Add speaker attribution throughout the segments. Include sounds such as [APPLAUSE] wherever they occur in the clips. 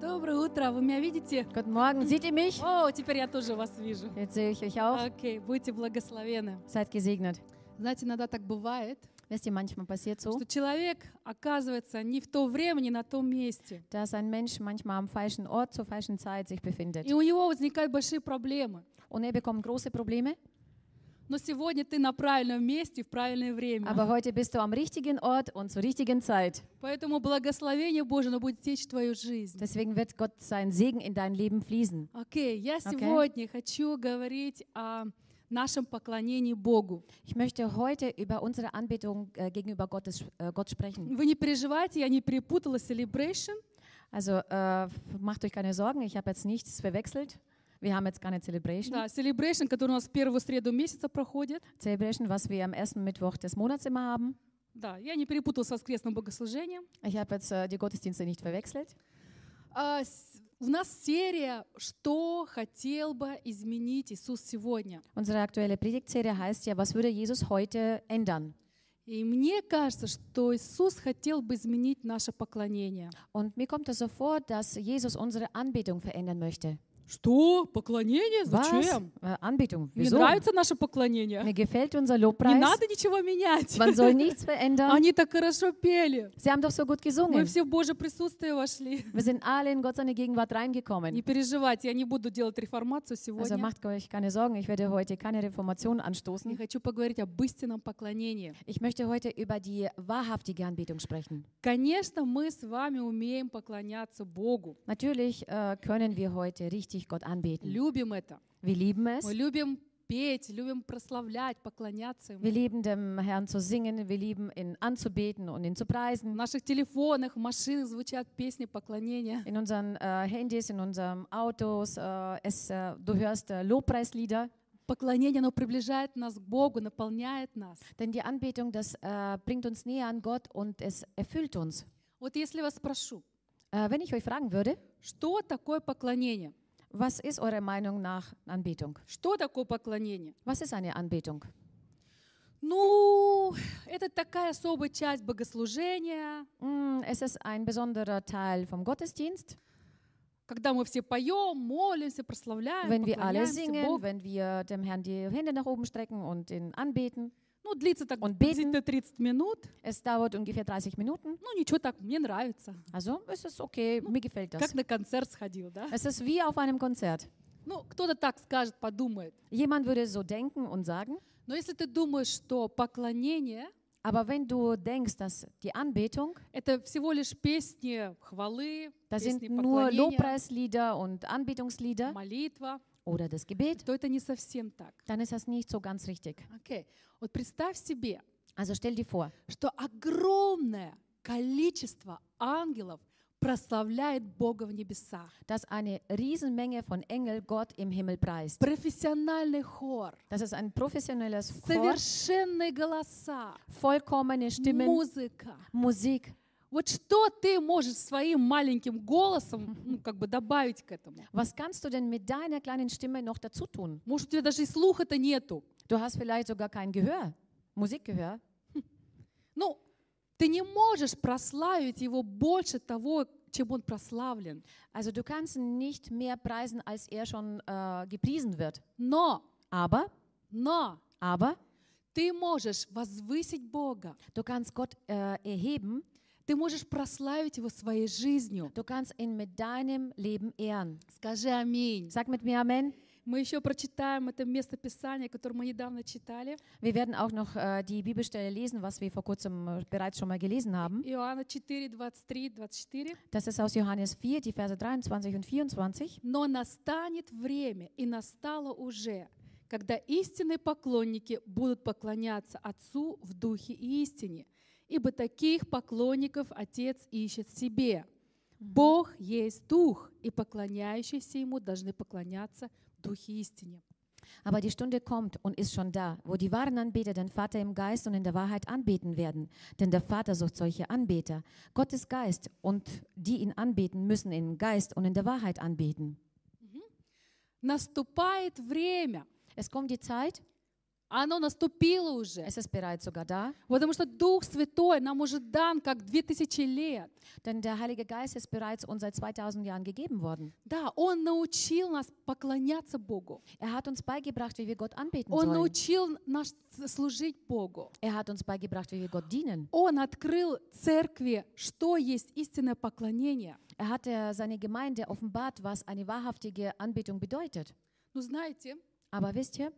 Speaker 1: Доброе утро, вы меня видите?
Speaker 2: Guten Morgen, seht ihr mich?
Speaker 1: О, теперь я тоже вас вижу.
Speaker 2: Jetzt sehe ich euch auch.
Speaker 1: Окей, будьте благословены.
Speaker 2: Seid gesegnet.
Speaker 1: Знаете, иногда так бывает,
Speaker 2: Wisst ihr, manchmal passiert so,
Speaker 1: что человек оказывается не в то время, не на том месте.
Speaker 2: dass ein Mensch manchmal am falschen Ort zur falschen Zeit sich befindet.
Speaker 1: И у него возникают большие проблемы.
Speaker 2: Und er bekommt große Probleme.
Speaker 1: Но сегодня ты на правильном месте в правильное время.
Speaker 2: Aber heute bist du am richtigen Ort und zur richtigen Zeit.
Speaker 1: Поэтому благословение Божье, оно будет течь в твою жизнь.
Speaker 2: Deswegen wird Gott sein Segen in dein Leben fließen.
Speaker 1: Окей, я
Speaker 2: Окей.
Speaker 1: сегодня хочу говорить о нашем поклонении Богу.
Speaker 2: Ich möchte heute über unsere Anbetung äh, gegenüber Gottes, äh, Gott sprechen.
Speaker 1: Вы не переживайте, я не перепутала Celebration.
Speaker 2: Also äh, macht euch keine Sorgen, ich habe jetzt nichts verwechselt. Wir haben jetzt keine Celebration.
Speaker 1: Да, Celebration, который у нас в первую среду месяца проходит.
Speaker 2: Celebration, was wir am ersten Mittwoch des Monats immer haben.
Speaker 1: Да, я не перепутала с воскресным богослужением.
Speaker 2: Ich habe jetzt äh, die Gottesdienste nicht verwechselt.
Speaker 1: А, с- у нас серия «Что хотел бы изменить Иисус сегодня?»
Speaker 2: Unsere aktuelle Predigtserie heißt ja, was würde Jesus heute ändern?
Speaker 1: И мне кажется, что Иисус хотел бы изменить наше поклонение.
Speaker 2: Und mir kommt es so vor, dass Jesus unsere Anbetung verändern möchte.
Speaker 1: Что? Поклонение? Зачем?
Speaker 2: Äh, Anbetung.
Speaker 1: Мне
Speaker 2: Wieso?
Speaker 1: нравится наше поклонение.
Speaker 2: Mir gefällt unser
Speaker 1: Не
Speaker 2: Lobpreis.
Speaker 1: надо ничего менять.
Speaker 2: Man soll nichts verändern.
Speaker 1: [LAUGHS] Они так хорошо пели.
Speaker 2: Sie haben doch so gut
Speaker 1: Мы
Speaker 2: gesungen.
Speaker 1: все в Божье присутствие вошли.
Speaker 2: Wir sind alle in Gott seine Gegenwart
Speaker 1: Не
Speaker 2: reingekommen.
Speaker 1: переживайте, я не буду делать реформацию
Speaker 2: Also
Speaker 1: сегодня.
Speaker 2: macht euch keine Sorgen, ich werde heute keine Reformation
Speaker 1: Я
Speaker 2: anstoßen.
Speaker 1: хочу поговорить об истинном поклонении.
Speaker 2: Ich möchte heute über die wahrhaftige Anbetung sprechen.
Speaker 1: Конечно, мы с вами умеем поклоняться Богу.
Speaker 2: Natürlich äh, können wir heute richtig Gott anbeten.
Speaker 1: Любим это.
Speaker 2: Wir lieben
Speaker 1: Мы
Speaker 2: es.
Speaker 1: любим петь, любим прославлять, поклоняться
Speaker 2: Wir
Speaker 1: Ему.
Speaker 2: lieben dem Herrn zu singen, wir lieben ihn anzubeten und ihn zu
Speaker 1: В
Speaker 2: preisen.
Speaker 1: наших телефонах, в машинах звучат песни поклонения.
Speaker 2: In unseren äh, Handys, in unseren Autos, äh, es, äh, du hörst äh, Lobpreislieder.
Speaker 1: Поклонение, оно приближает нас к Богу, наполняет нас.
Speaker 2: Denn die Anbetung, das äh, bringt uns näher an Gott und es erfüllt uns.
Speaker 1: Вот если я вас спрошу,
Speaker 2: Äh, wenn ich euch fragen würde,
Speaker 1: что такое поклонение?
Speaker 2: was ist eure Meinung nach Anbetung?
Speaker 1: Что такое поклонение?
Speaker 2: Was ist eine Anbetung?
Speaker 1: Ну, это такая особая часть богослужения,
Speaker 2: Hm, es ist ein besonderer Teil vom Gottesdienst.
Speaker 1: когда мы все поем, молимся, прославляем,
Speaker 2: Wenn wir alle
Speaker 1: поклоняемся Богу.
Speaker 2: singen, wenn wir dem Herrn die Hände nach oben strecken und ihn anbeten.
Speaker 1: Ну, длится так
Speaker 2: Он
Speaker 1: 10-30 минут.
Speaker 2: Es dauert ungefähr 30 Minuten.
Speaker 1: Ну, ничего так, мне нравится.
Speaker 2: Also es ist okay, mir gefällt das.
Speaker 1: Как на концерт сходил, да?
Speaker 2: Es ist wie auf einem Konzert.
Speaker 1: Ну, кто-то так скажет, подумает.
Speaker 2: Jemand würde so denken und sagen,
Speaker 1: Но если ты думаешь, что поклонение
Speaker 2: aber wenn du denkst, dass die Anbetung,
Speaker 1: — это всего лишь песни хвалы,
Speaker 2: da sind
Speaker 1: песни
Speaker 2: nur
Speaker 1: поклонения,
Speaker 2: Lobpreislieder und Anbetungslieder
Speaker 1: молитва,
Speaker 2: oder das Gebet,
Speaker 1: то это не совсем так.
Speaker 2: dann ist das nicht so ganz richtig.
Speaker 1: Окей. Вот представь себе,
Speaker 2: Also stell dir vor,
Speaker 1: что огромное количество ангелов прославляет Бога в небесах.
Speaker 2: dass eine Riesenmenge von Engel Gott im Himmel preist.
Speaker 1: Профессиональный хор,
Speaker 2: Das ist ein professionelles Chor,
Speaker 1: совершенные голоса,
Speaker 2: vollkommene Stimmen,
Speaker 1: музыка.
Speaker 2: Musik.
Speaker 1: Вот что ты можешь своим маленьким голосом, ну, как бы добавить к этому?
Speaker 2: Was kannst du denn mit deiner kleinen Stimme noch dazu tun?
Speaker 1: Может, у тебя даже и слуха-то нету.
Speaker 2: Du hast vielleicht sogar kein Gehör, Musikgehör.
Speaker 1: Ну, ты не можешь прославить его больше того, чем он прославлен.
Speaker 2: Also du kannst ihn nicht mehr preisen, als er schon äh, gepriesen wird.
Speaker 1: Но,
Speaker 2: Aber,
Speaker 1: но
Speaker 2: aber,
Speaker 1: ты можешь возвысить Бога.
Speaker 2: du kannst Gott äh, erheben,
Speaker 1: Ты можешь прославить его своей жизнью.
Speaker 2: du kannst ihn mit deinem Leben ehren.
Speaker 1: Скажи аминь.
Speaker 2: Sag mit mir Amen.
Speaker 1: Мы еще прочитаем это место Писания, которое мы недавно читали.
Speaker 2: Wir werden auch noch äh, die Bibelstelle lesen, was wir vor kurzem äh, bereits schon mal gelesen haben.
Speaker 1: Иоанна 4, 23, 24.
Speaker 2: Das ist aus Johannes 4, die Verse 23 und 24.
Speaker 1: Но настанет время, и настало уже, когда истинные поклонники будут поклоняться Отцу в духе и истине, ибо таких поклонников Отец ищет себе. Бог есть Дух, и поклоняющиеся Ему должны поклоняться в духе истине.
Speaker 2: Aber die Stunde kommt und ist schon da, wo die wahren Anbeter den Vater im Geist und in der Wahrheit anbeten werden. Denn der Vater sucht solche Anbeter. Gott ist Geist und die ihn anbeten, müssen ihn im Geist und in der Wahrheit anbeten.
Speaker 1: Наступает время,
Speaker 2: Es kommt die Zeit,
Speaker 1: Оно наступило уже.
Speaker 2: Es ist bereits sogar da,
Speaker 1: Потому что Дух Святой нам уже дан как 2000 лет.
Speaker 2: denn der Heilige Geist ist bereits uns seit 2000 Jahren gegeben worden.
Speaker 1: Да, Он научил нас поклоняться Богу.
Speaker 2: Er hat uns beigebracht, wie wir Gott anbeten
Speaker 1: Он
Speaker 2: sollen.
Speaker 1: научил нас служить Богу.
Speaker 2: Er hat uns beigebracht, wie wir Gott dienen.
Speaker 1: Он открыл церкви, что есть истинное поклонение.
Speaker 2: Er hat der, seine Gemeinde offenbart, was eine wahrhaftige Anbetung bedeutet.
Speaker 1: Ну, знаете,
Speaker 2: Aber wisst ihr,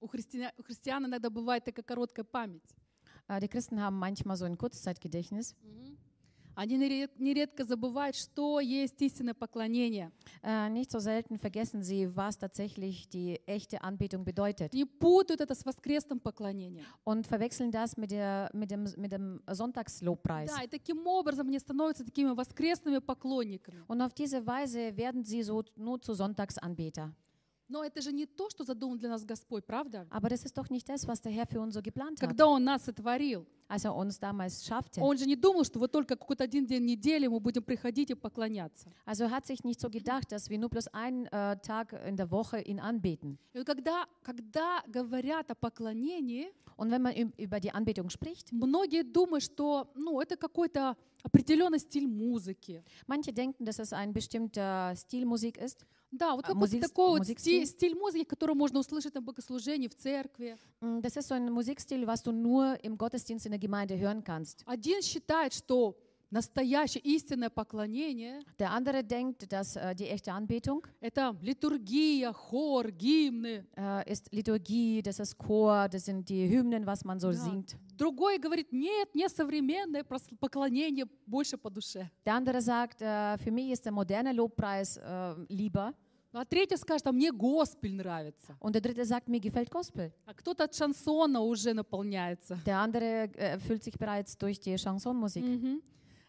Speaker 1: у христиан, у христиан иногда бывает такая короткая память.
Speaker 2: äh, die Christen haben manchmal so ein Kurzzeitgedächtnis.
Speaker 1: Они неред- нередко забывают, что есть истинное поклонение.
Speaker 2: Äh, nicht so selten vergessen sie, was tatsächlich die echte Anbetung bedeutet
Speaker 1: Они путают это с воскресным поклонением.
Speaker 2: und verwechseln das mit, der, mit, dem, mit dem Sonntagslobpreis.
Speaker 1: Да, и таким образом они становятся такими воскресными поклонниками.
Speaker 2: Und auf diese Weise werden sie so nur zu Sonntagsanbeter.
Speaker 1: Но это же не то, что задумал для нас Господь, правда?
Speaker 2: Aber das ist doch nicht das, was der Herr für uns so geplant hat,
Speaker 1: Когда Он нас сотворил,
Speaker 2: als er uns damals schaffte.
Speaker 1: Он же не думал, что вот только какой-то один день недели мы будем приходить и поклоняться.
Speaker 2: Also er hat sich nicht so gedacht, dass wir nur bloß einen äh, Tag in der Woche ihn anbeten.
Speaker 1: И вот когда, когда говорят о поклонении,
Speaker 2: Und wenn man üb- über die Anbetung spricht,
Speaker 1: многие думают, что ну, это какой-то определенный стиль музыки.
Speaker 2: manche denken, dass es ein bestimmter Stil Musik ist.
Speaker 1: Да, вот
Speaker 2: А,
Speaker 1: какой-то
Speaker 2: музик-
Speaker 1: такой вот
Speaker 2: музик-стиль?
Speaker 1: стиль, стиль музыки, который можно услышать на богослужении в церкви.
Speaker 2: Mm, Das ist so ein Musikstil, was du nur im Gottesdienst in der Gemeinde hören kannst.
Speaker 1: Один считает, что настоящее истинное поклонение
Speaker 2: Der andere denkt, dass äh, die echte Anbetung
Speaker 1: — это литургия, хор, гимны.
Speaker 2: äh, ist Liturgie, das ist Chor, das sind die Hymnen, was man so
Speaker 1: Да.
Speaker 2: singt.
Speaker 1: Другой говорит, нет, мне современное прос- поклонение больше по душе.
Speaker 2: Der andere sagt, äh, für mich ist der moderne Lobpreis äh, lieber.
Speaker 1: А третий скажет, а мне госпель нравится.
Speaker 2: Und der dritte sagt, mir gefällt Gospel.
Speaker 1: А кто-то от шансона уже наполняется.
Speaker 2: Der andere äh, fühlt sich bereits durch die Chansonmusik.
Speaker 1: Мгм.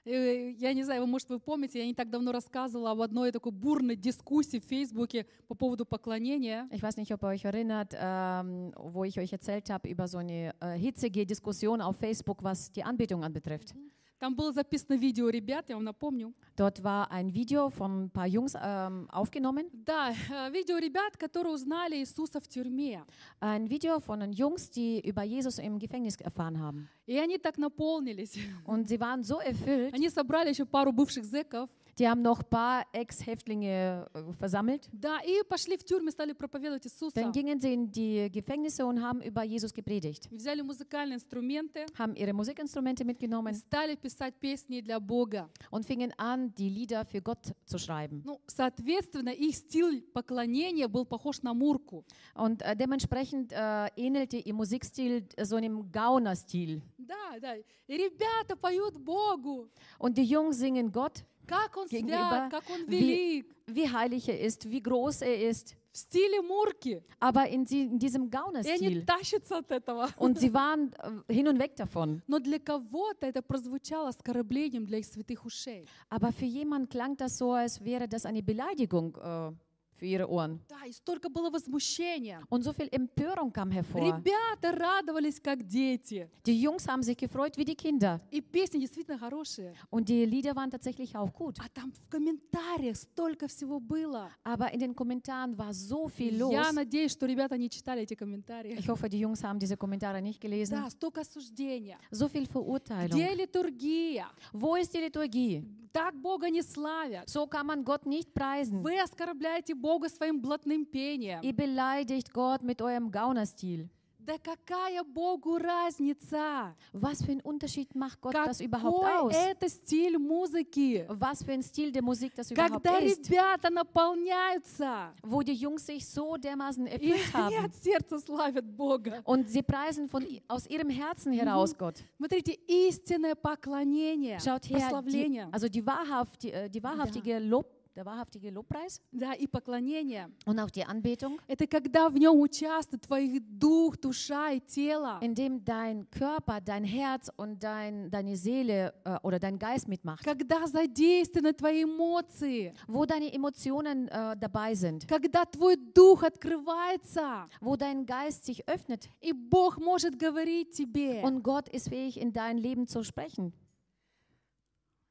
Speaker 1: Э, Я не знаю, вы, может, вы помните, я не так давно рассказывала об одной такой бурной дискуссии в Фейсбуке по поводу поклонения.
Speaker 2: Ich weiß nicht, ob ihr euch erinnert, ähm, wo ich euch erzählt habe über so eine äh, hitzige Diskussion auf Facebook, was die Anbetung anbetrifft.
Speaker 1: Там было записано видео ребят, я вам напомню.
Speaker 2: Dort war ein Video von ein paar Jungs ähm, aufgenommen.
Speaker 1: Да, э, видео ребят, которые узнали Иисуса в тюрьме.
Speaker 2: Ein Video von den Jungs, die über Jesus im Gefängnis erfahren haben.
Speaker 1: И они так наполнились.
Speaker 2: Und sie waren so erfüllt,
Speaker 1: Они собрали еще пару бывших зэков.
Speaker 2: die haben noch ein paar Ex-Häftlinge äh, versammelt.
Speaker 1: Да, и пошли в тюрьмы, стали проповедовать Иисуса.
Speaker 2: Dann gingen sie in die Gefängnisse und haben über Jesus gepredigt,
Speaker 1: Взяли музыкальные инструменты,
Speaker 2: haben ihre Musikinstrumente
Speaker 1: и
Speaker 2: mitgenommen
Speaker 1: стали писать песни для Бога.
Speaker 2: und fingen an, die Lieder für Gott zu schreiben.
Speaker 1: Ну, соответственно, их стиль поклонения был похож на мурку.
Speaker 2: Und äh, dementsprechend äh, ähnelte ihr Musikstil äh, so einem Gauner-Stil.
Speaker 1: Да, да. И ребята поют Богу,
Speaker 2: Und die Jungen singen Gott,
Speaker 1: как Он
Speaker 2: Gegenüber
Speaker 1: свят, как Он
Speaker 2: wie-
Speaker 1: велик,
Speaker 2: wie heilig er ist, wie groß er ist,
Speaker 1: в стиле мурки.
Speaker 2: aber in, sie, in diesem
Speaker 1: И они
Speaker 2: Gauner-Stil.
Speaker 1: тащатся от этого.
Speaker 2: Und sie waren äh, hin und weg davon.
Speaker 1: Но для кого-то это прозвучало оскорблением для их святых ушей.
Speaker 2: Aber für jemanden klang das so, als wäre das eine Beleidigung äh, für ihre Ohren.
Speaker 1: Да, и столько было возмущения.
Speaker 2: Und so viel Empörung kam hervor.
Speaker 1: Ребята радовались, как дети.
Speaker 2: Die Jungs haben sich gefreut wie die Kinder.
Speaker 1: И песни действительно хорошие.
Speaker 2: Und die Lieder waren tatsächlich auch gut.
Speaker 1: А там в комментариях столько всего было.
Speaker 2: Aber in den Kommentaren war so viel los.
Speaker 1: Я надеюсь, что ребята не читали эти комментарии.
Speaker 2: Ich hoffe, die Jungs haben diese Kommentare nicht gelesen.
Speaker 1: Да, столько осуждения.
Speaker 2: So viel Verurteilung.
Speaker 1: Где литургия?
Speaker 2: Wo ist die Liturgie?
Speaker 1: Так Бога не славят.
Speaker 2: So kann man Gott nicht preisen.
Speaker 1: Вы оскорбляете Бога своим блатным пением.
Speaker 2: Ihr beleidigt Gott mit eurem Gaunerstil.
Speaker 1: Да какая Богу разница?
Speaker 2: Was für einen Unterschied macht Gott das überhaupt
Speaker 1: Какой
Speaker 2: aus?
Speaker 1: это стиль музыки?
Speaker 2: Was für ein Stil der Musik das überhaupt
Speaker 1: Когда
Speaker 2: ist?
Speaker 1: ребята наполняются
Speaker 2: Wo die Jungs sich so dermaßen
Speaker 1: [LAUGHS] и
Speaker 2: erfüllt
Speaker 1: они
Speaker 2: haben.
Speaker 1: от сердца славят Бога.
Speaker 2: Und sie preisen von, i- aus ihrem Herzen heraus Gott.
Speaker 1: Смотрите, истинное поклонение,
Speaker 2: Schaut her, die,
Speaker 1: прославление,
Speaker 2: also die, wahrhaft, die, äh, die wahrhaftige Lob, der wahrhaftige Lobpreis
Speaker 1: да, и поклонение.
Speaker 2: und auch die Anbetung,
Speaker 1: Это когда в нем участвует твой дух, душа и тело.
Speaker 2: in dem dein Körper, dein Herz und dein, deine Seele äh, oder dein Geist mitmacht.
Speaker 1: Когда задействованы твои эмоции.
Speaker 2: wo deine Emotionen äh, dabei sind,
Speaker 1: Когда твой дух открывается.
Speaker 2: wo dein Geist sich öffnet
Speaker 1: И Бог может говорить тебе.
Speaker 2: und Gott ist fähig, in dein Leben zu sprechen.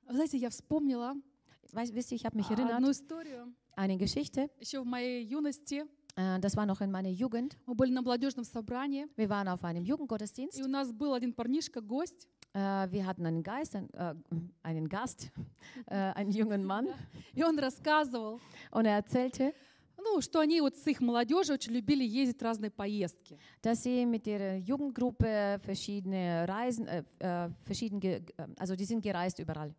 Speaker 1: Вы Знаете, я вспомнила Ah,
Speaker 2: Weißt, wisst ihr, ich habe mich
Speaker 1: одну
Speaker 2: erinnert,
Speaker 1: историю.
Speaker 2: eine Geschichte
Speaker 1: Еще в моей юности
Speaker 2: Äh, das war noch in meiner Jugend.
Speaker 1: Мы были на молодежном собрании,
Speaker 2: Wir waren auf einem
Speaker 1: и
Speaker 2: Jugendgottesdienst.
Speaker 1: у нас был один парнишка, гость,
Speaker 2: Äh, wir hatten einen Geist, einen, äh, einen Gast, äh, einen jungen Mann.
Speaker 1: и он рассказывал,
Speaker 2: Und er erzählte,
Speaker 1: ну, что они вот с их молодежью очень любили ездить в разные поездки.
Speaker 2: dass sie mit ihrer Jugendgruppe verschiedene Reisen, äh, äh, verschieden ge, äh, also die sind gereist überall.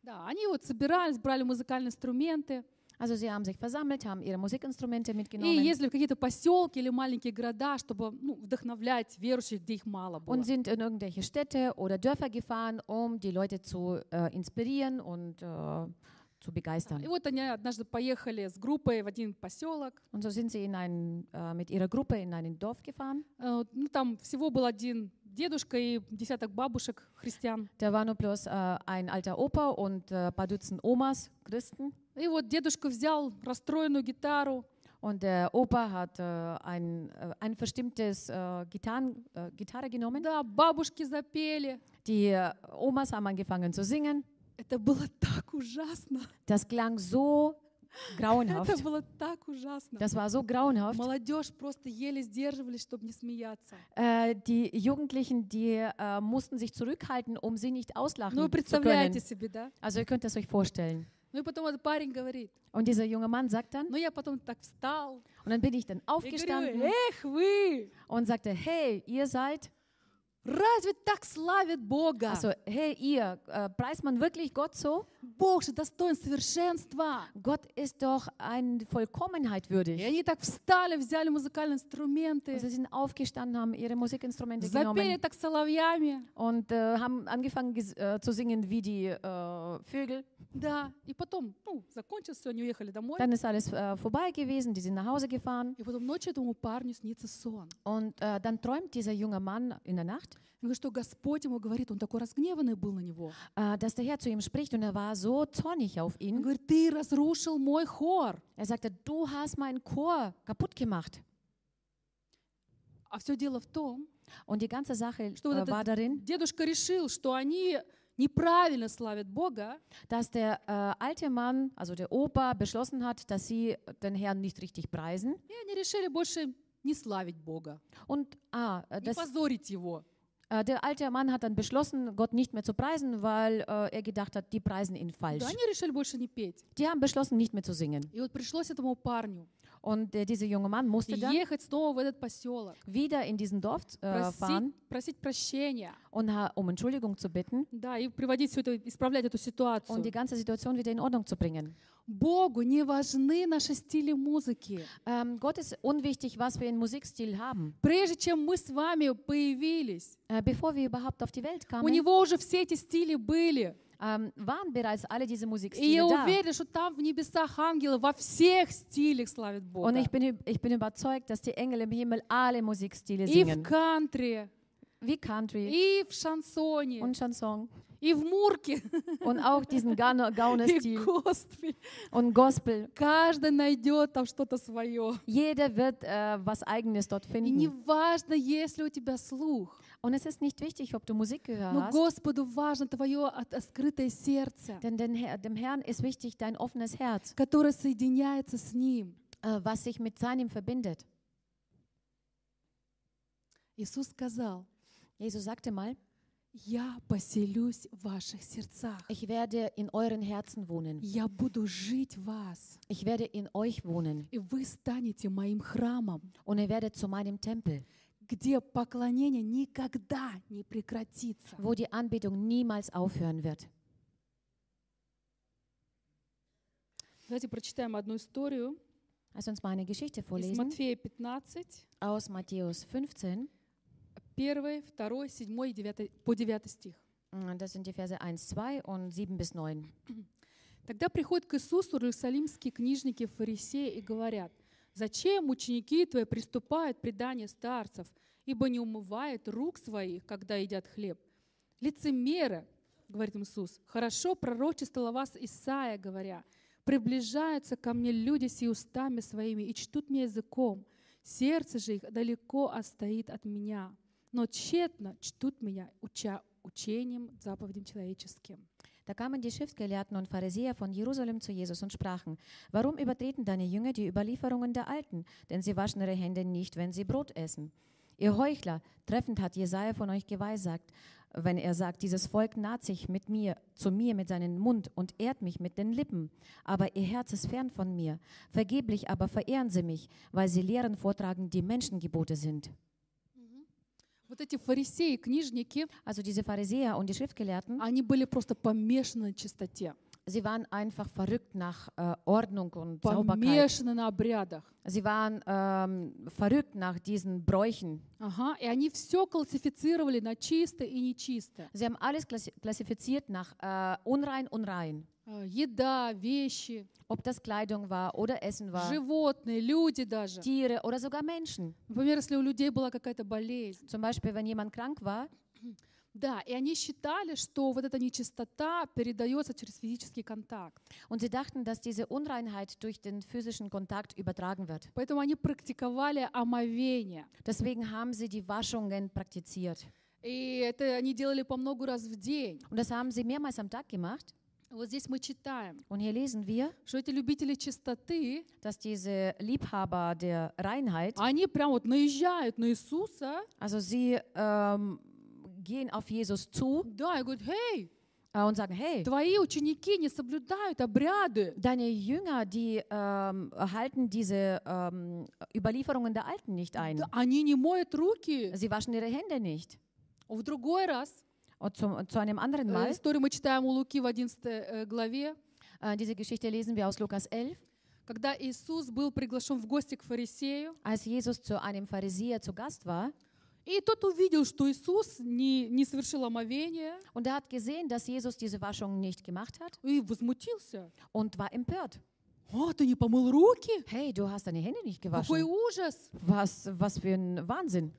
Speaker 1: Да, они вот собирались, брали музыкальные инструменты
Speaker 2: Also sie haben sich versammelt, haben ihre Musikinstrumente
Speaker 1: и
Speaker 2: mitgenommen
Speaker 1: ездили в какие-то поселки или маленькие города, чтобы ну, вдохновлять верующих, где их мало было.
Speaker 2: und sind in irgendwelche Städte oder Dörfer gefahren, um die Leute zu äh, inspirieren und äh, zu
Speaker 1: Да, И
Speaker 2: begeistern.
Speaker 1: вот они однажды поехали с группой в один поселок.
Speaker 2: Und so sind sie in einen, äh, mit ihrer Gruppe in ein Dorf gefahren.
Speaker 1: Э, Ну, там всего был один дедушка и десяток бабушек христиан.
Speaker 2: Da war nur bloß äh, ein alter Opa und äh, ein paar Dutzend Omas, Christen.
Speaker 1: И вот дедушка взял расстроенную гитару,
Speaker 2: Und der Opa hat äh, ein, äh, ein verstimmtes äh, Gitarren, äh, Gitarre genommen.
Speaker 1: да, бабушки запели.
Speaker 2: Die äh, Omas haben angefangen zu singen.
Speaker 1: Это было так ужасно.
Speaker 2: Das klang so
Speaker 1: [LAUGHS]
Speaker 2: grauenhaft.
Speaker 1: Это было так ужасно.
Speaker 2: Das war so grauenhaft.
Speaker 1: Молодежь просто еле сдерживались, чтобы не смеяться.
Speaker 2: Äh, die Jugendlichen, die äh, mussten sich zurückhalten, um sie nicht auslachen
Speaker 1: Ну, вы
Speaker 2: zu können.
Speaker 1: представляете себе, да?
Speaker 2: Also ihr könnt das euch vorstellen.
Speaker 1: Ну, и потом этот парень говорит,
Speaker 2: Und dieser junge Mann sagt dann,
Speaker 1: ну, я потом так встал.
Speaker 2: und dann bin ich dann
Speaker 1: И говорю,
Speaker 2: aufgestanden
Speaker 1: эх вы,
Speaker 2: und sagte, hey, ihr seid,
Speaker 1: разве так славит Бога?
Speaker 2: also hey, ihr, äh, preist man wirklich Gott so?
Speaker 1: Бог же достоин совершенства.
Speaker 2: Gott ist doch eine Vollkommenheit
Speaker 1: И
Speaker 2: würdig.
Speaker 1: они так встали, взяли музыкальные
Speaker 2: Und sie
Speaker 1: инструменты,
Speaker 2: sind aufgestanden, haben ihre Musikinstrumente
Speaker 1: запели
Speaker 2: genommen
Speaker 1: так соловьями,
Speaker 2: und äh, haben angefangen ges- äh, zu singen wie die äh, Vögel.
Speaker 1: да. И потом, ну, закончилось все, они уехали домой.
Speaker 2: Dann ist alles äh, vorbei gewesen, die sind nach Hause gefahren.
Speaker 1: И потом ночью этому парню снится сон.
Speaker 2: Und äh, dann träumt dieser junge Mann in der Nacht,
Speaker 1: Он говорит, что Господь ему говорит, он такой разгневанный был на него.
Speaker 2: äh, dass der Herr zu ihm spricht und er war so zornig auf
Speaker 1: Он
Speaker 2: ihn.
Speaker 1: говорит, ты разрушил мой хор.
Speaker 2: Er sagte, du hast meinen Chor kaputt gemacht.
Speaker 1: А все дело в том,
Speaker 2: Und die ganze Sache äh,
Speaker 1: что вот
Speaker 2: war
Speaker 1: этот
Speaker 2: darin,
Speaker 1: дедушка решил, что они неправильно славят Бога,
Speaker 2: dass der äh, alte Mann, also der Opa, beschlossen hat, dass sie den Herrn nicht richtig preisen.
Speaker 1: и они решили больше не славить Бога,
Speaker 2: Und ah, äh,
Speaker 1: не
Speaker 2: das,
Speaker 1: позорить Его.
Speaker 2: äh, der alte Mann hat dann beschlossen, Gott nicht mehr zu preisen, weil äh, er gedacht hat, die preisen ihn falsch.
Speaker 1: Да, они решили больше не петь.
Speaker 2: Die haben beschlossen, nicht mehr zu singen.
Speaker 1: И вот пришлось этому парню
Speaker 2: Und äh, dieser junge Mann musste dann
Speaker 1: ехать снова в этот поселок.
Speaker 2: wieder in diesen Dorf
Speaker 1: Э,
Speaker 2: äh, fahren,
Speaker 1: просить, просить прощения,
Speaker 2: und, ha- um Entschuldigung zu bitten
Speaker 1: да, и приводить все это, исправлять эту ситуацию.
Speaker 2: und die ganze Situation wieder in Ordnung zu bringen.
Speaker 1: Богу не важны наши стили музыки.
Speaker 2: Ähm, Gott ist unwichtig, was wir in Musikstil haben.
Speaker 1: Прежде чем мы с вами появились,
Speaker 2: Äh, bevor wir überhaupt auf die Welt
Speaker 1: у
Speaker 2: kamen,
Speaker 1: него уже все эти стили были.
Speaker 2: ähm, waren bereits alle diese
Speaker 1: И я
Speaker 2: Musikstile da.
Speaker 1: уверена, что там в небесах ангелы во всех стилях славят
Speaker 2: Und
Speaker 1: Бога.
Speaker 2: ich bin, üb- ich bin überzeugt, dass die Engel im Himmel alle Musikstile
Speaker 1: И в
Speaker 2: singen.
Speaker 1: кантри,
Speaker 2: Wie Country
Speaker 1: и в шансоне,
Speaker 2: und Chanson
Speaker 1: и в [LAUGHS] мурке,
Speaker 2: und auch diesen Gano-
Speaker 1: и
Speaker 2: Gauner-Stil
Speaker 1: госпель.
Speaker 2: und Gospel.
Speaker 1: Каждый найдет там что-то свое.
Speaker 2: Jeder wird äh, was Eigenes dort
Speaker 1: И не
Speaker 2: finden.
Speaker 1: важно, есть ли у тебя слух.
Speaker 2: Und es ist nicht wichtig, ob du Musik gehört
Speaker 1: Но
Speaker 2: hast,
Speaker 1: Господу важно твое от- открытое сердце,
Speaker 2: denn den Herr, dem Herrn ist wichtig dein offenes Herz,
Speaker 1: которое соединяется с Ним.
Speaker 2: äh, was sich mit seinem verbindet.
Speaker 1: Иисус сказал,
Speaker 2: Jesus sagte mal,
Speaker 1: «Я поселюсь в ваших сердцах,
Speaker 2: ich werde in euren Herzen wohnen.
Speaker 1: я буду жить в вас,
Speaker 2: Ich werde in euch wohnen
Speaker 1: и вы станете моим храмом,
Speaker 2: und ihr werdet zu meinem Tempel,
Speaker 1: где поклонение никогда не прекратится».
Speaker 2: wo die Anbetung niemals aufhören wird.
Speaker 1: Давайте прочитаем одну историю
Speaker 2: Lass uns mal eine Geschichte
Speaker 1: из
Speaker 2: vorlesen
Speaker 1: Матфея 15,
Speaker 2: aus Matthäus 15.
Speaker 1: 1, 2, 7 и 9, по 9 стих.
Speaker 2: Mm, Das sind die Verse 1, 2 und 7 bis 9.
Speaker 1: Тогда приходят к Иисусу иерусалимские книжники и фарисеи и говорят, «Зачем ученики твои приступают к преданию старцев, ибо не умывают рук своих, когда едят хлеб? Лицемеры, — говорит им Иисус, — хорошо пророчествовала вас Исаия, говоря, «Приближаются ко мне люди с устами своими и чтут меня языком, сердце же их далеко отстоит от меня, но тщетно чтут меня, уча учением, заповедям человеческим».
Speaker 2: Da kamen die Schriftgelehrten und Pharisäer von Jerusalem zu Jesus und sprachen, warum übertreten deine Jünger die Überlieferungen der Alten? Denn sie waschen ihre Hände nicht, wenn sie Brot essen. Ihr Heuchler, treffend hat Jesaja von euch geweissagt, wenn er sagt, dieses Volk naht sich mit mir, zu mir mit seinem Mund und ehrt mich mit den Lippen, aber ihr Herz ist fern von mir. Vergeblich aber verehren sie mich, weil sie Lehren vortragen, die Menschengebote sind.
Speaker 1: Вот эти фарисеи, книжники,
Speaker 2: Also diese Pharisäer und die Schriftgelehrten,
Speaker 1: они были просто помешаны на чистоте,
Speaker 2: sie waren einfach verrückt nach äh, Ordnung und Sauberkeit.
Speaker 1: помешаны на обрядах.
Speaker 2: Sie waren ähm, verrückt nach diesen Bräuchen.
Speaker 1: Ага, и они все классифицировали на чистое и нечистое.
Speaker 2: Sie haben alles klassi- klassifiziert nach äh, unrein, unrein.
Speaker 1: Э, Еда, вещи,
Speaker 2: Ob das Kleidung war oder Essen war,
Speaker 1: животные, люди даже.
Speaker 2: Tiere oder sogar Menschen.
Speaker 1: Например, если у людей была какая-то болезнь.
Speaker 2: Zum Beispiel, wenn jemand krank war,
Speaker 1: Да, и они считали, что вот эта нечистота передается через физический контакт.
Speaker 2: Und sie dachten, dass diese Unreinheit durch den physischen Kontakt übertragen wird.
Speaker 1: Поэтому они практиковали омовение.
Speaker 2: Deswegen haben sie die Waschungen praktiziert.
Speaker 1: И это они делали по много раз в день.
Speaker 2: Und das haben sie mehrmals am Tag gemacht.
Speaker 1: Вот здесь мы читаем,
Speaker 2: Und hier lesen wir,
Speaker 1: что эти любители чистоты,
Speaker 2: dass diese Liebhaber der Reinheit,
Speaker 1: они прям вот наезжают на Иисуса,
Speaker 2: also sie ähm, gehen auf Jesus zu
Speaker 1: да, и говорят, «Эй,
Speaker 2: äh, und sagen, hey,
Speaker 1: твои ученики не соблюдают обряды».
Speaker 2: deine Jünger, die ähm, halten diese ähm, Überlieferungen der Alten nicht ein.
Speaker 1: Да, они не моют руки.
Speaker 2: Sie waschen ihre Hände nicht.
Speaker 1: В другой раз,
Speaker 2: Und zum, zu einem anderen
Speaker 1: э,
Speaker 2: Mal,
Speaker 1: историю мы читаем у Луки в 11 э, главе,
Speaker 2: äh, diese Geschichte lesen wir aus Lukas 11.
Speaker 1: когда Иисус был приглашен в гости к фарисею,
Speaker 2: Als Jesus zu einem Pharisäer zu Gast war
Speaker 1: И тот увидел, что Иисус не, не совершил омовение
Speaker 2: und er hat gesehen, dass Jesus diese Waschung nicht gemacht hat
Speaker 1: и возмутился.
Speaker 2: und war empört.
Speaker 1: «А, ты не помыл руки?
Speaker 2: Hey, du hast deine Hände nicht
Speaker 1: Какой
Speaker 2: gewaschen.
Speaker 1: ужас!»
Speaker 2: Was, was für ein Wahnsinn.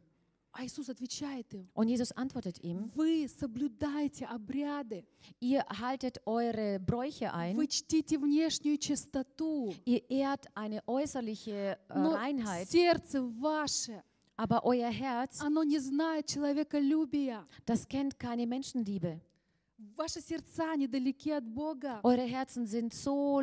Speaker 1: А Иисус отвечает им,
Speaker 2: Und Jesus antwortet ihm,
Speaker 1: «Вы соблюдаете обряды,
Speaker 2: ihr haltet eure Bräuche ein,
Speaker 1: вы чтите внешнюю чистоту,
Speaker 2: ihr ehrt eine äußerliche äh,
Speaker 1: но
Speaker 2: Reinheit,
Speaker 1: сердце ваше,
Speaker 2: aber euer Herz,
Speaker 1: оно не знает человеколюбия.
Speaker 2: das kennt keine Menschenliebe.
Speaker 1: Ваши сердца недалеки от Бога.
Speaker 2: Eure Herzen sind so,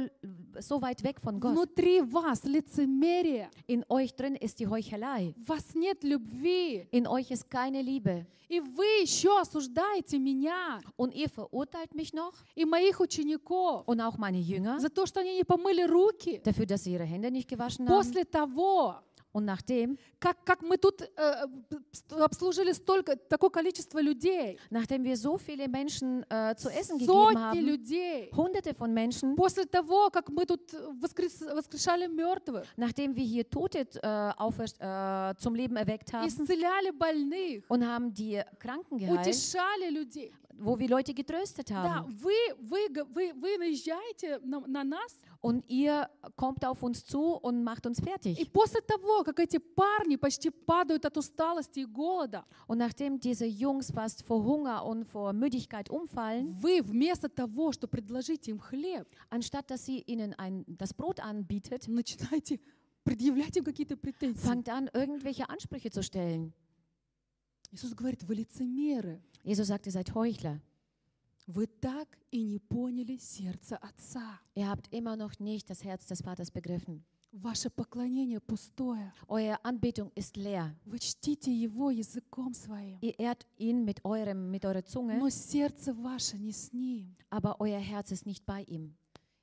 Speaker 2: so weit weg von Gott.
Speaker 1: Внутри вас лицемерие,
Speaker 2: In euch drin ist die Heuchelei.
Speaker 1: в вас нет любви,
Speaker 2: In euch ist keine Liebe.
Speaker 1: и вы еще осуждаете меня
Speaker 2: Und ihr verurteilt mich noch
Speaker 1: и моих учеников.
Speaker 2: und auch meine Jünger
Speaker 1: за то, что они не помыли руки
Speaker 2: dafür, dass sie ihre Hände nicht gewaschen haben.
Speaker 1: после того,
Speaker 2: Und nachdem,
Speaker 1: как, как мы тут э, ст- обслужили столько, такое количество людей,
Speaker 2: nachdem wir so viele Menschen äh, zu essen gegeben
Speaker 1: сотни
Speaker 2: haben,
Speaker 1: людей,
Speaker 2: hunderte von Menschen,
Speaker 1: после того, как мы тут воскрес, воскрешали мертвых,
Speaker 2: nachdem wir hier Tote äh, auferst, äh, zum Leben erweckt haben
Speaker 1: исцеляли больных,
Speaker 2: und haben die Kranken geheilt,
Speaker 1: утешали людей.
Speaker 2: wo wir Leute getröstet
Speaker 1: Да,
Speaker 2: haben.
Speaker 1: вы, вы, г- вы, вы наезжаете на, на нас,
Speaker 2: Und ihr kommt auf uns zu und macht uns
Speaker 1: и
Speaker 2: fertig.
Speaker 1: после того, как эти парни почти падают от усталости и голода,
Speaker 2: Und nachdem diese Jungs fast vor Hunger und vor Müdigkeit umfallen,
Speaker 1: вы вместо того, что предложите им хлеб,
Speaker 2: anstatt dass sie ihnen ein, das Brot anbietet,
Speaker 1: начинаете предъявлять им какие-то претензии.
Speaker 2: fangt an, irgendwelche Ansprüche zu stellen.
Speaker 1: Иисус говорит, вы лицемеры,
Speaker 2: Jesus sagt, ihr seid Heuchler.
Speaker 1: вы так и не поняли сердце Отца.
Speaker 2: Ihr habt immer noch nicht das Herz des Vaters begriffen.
Speaker 1: Ваше поклонение пустое.
Speaker 2: Eure Anbetung ist leer.
Speaker 1: Вы чтите Его языком своим,
Speaker 2: Ihr ehrt ihn mit, eurem, mit eurer Zunge,
Speaker 1: но сердце ваше не с Ним.
Speaker 2: aber euer Herz ist nicht bei ihm.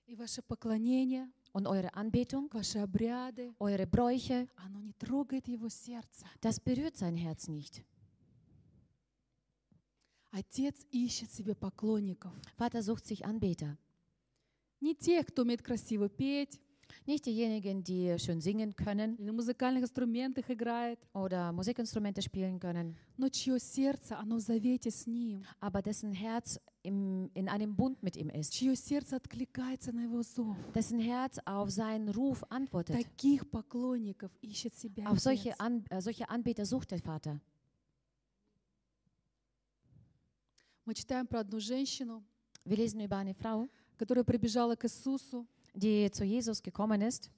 Speaker 1: И ваше поклонение,
Speaker 2: Und eure Anbetung,
Speaker 1: ваши обряды,
Speaker 2: eure Bräuche,
Speaker 1: оно не трогает Его сердце.
Speaker 2: das berührt sein Herz nicht.
Speaker 1: Отец ищет себе поклонников.
Speaker 2: Vater sucht sich Anbeter.
Speaker 1: Не тех, кто умеет красиво петь,
Speaker 2: Nicht diejenigen, die schön singen können
Speaker 1: или на музыкальных инструментах играет,
Speaker 2: oder Musikinstrumente spielen können,
Speaker 1: но чье сердце, оно в завете с Ним,
Speaker 2: aber dessen Herz im, in einem Bund mit ihm ist.
Speaker 1: чье сердце откликается на Его зов.
Speaker 2: Dessen Herz auf seinen Ruf antwortet.
Speaker 1: Таких поклонников ищет себя
Speaker 2: Auf
Speaker 1: Отец.
Speaker 2: solche, An, äh, solche Anbeter sucht der Vater.
Speaker 1: Мы читаем про одну женщину,
Speaker 2: Wir lesen über eine Frau,
Speaker 1: которая прибежала к Иисусу.
Speaker 2: die zu Jesus gekommen ist.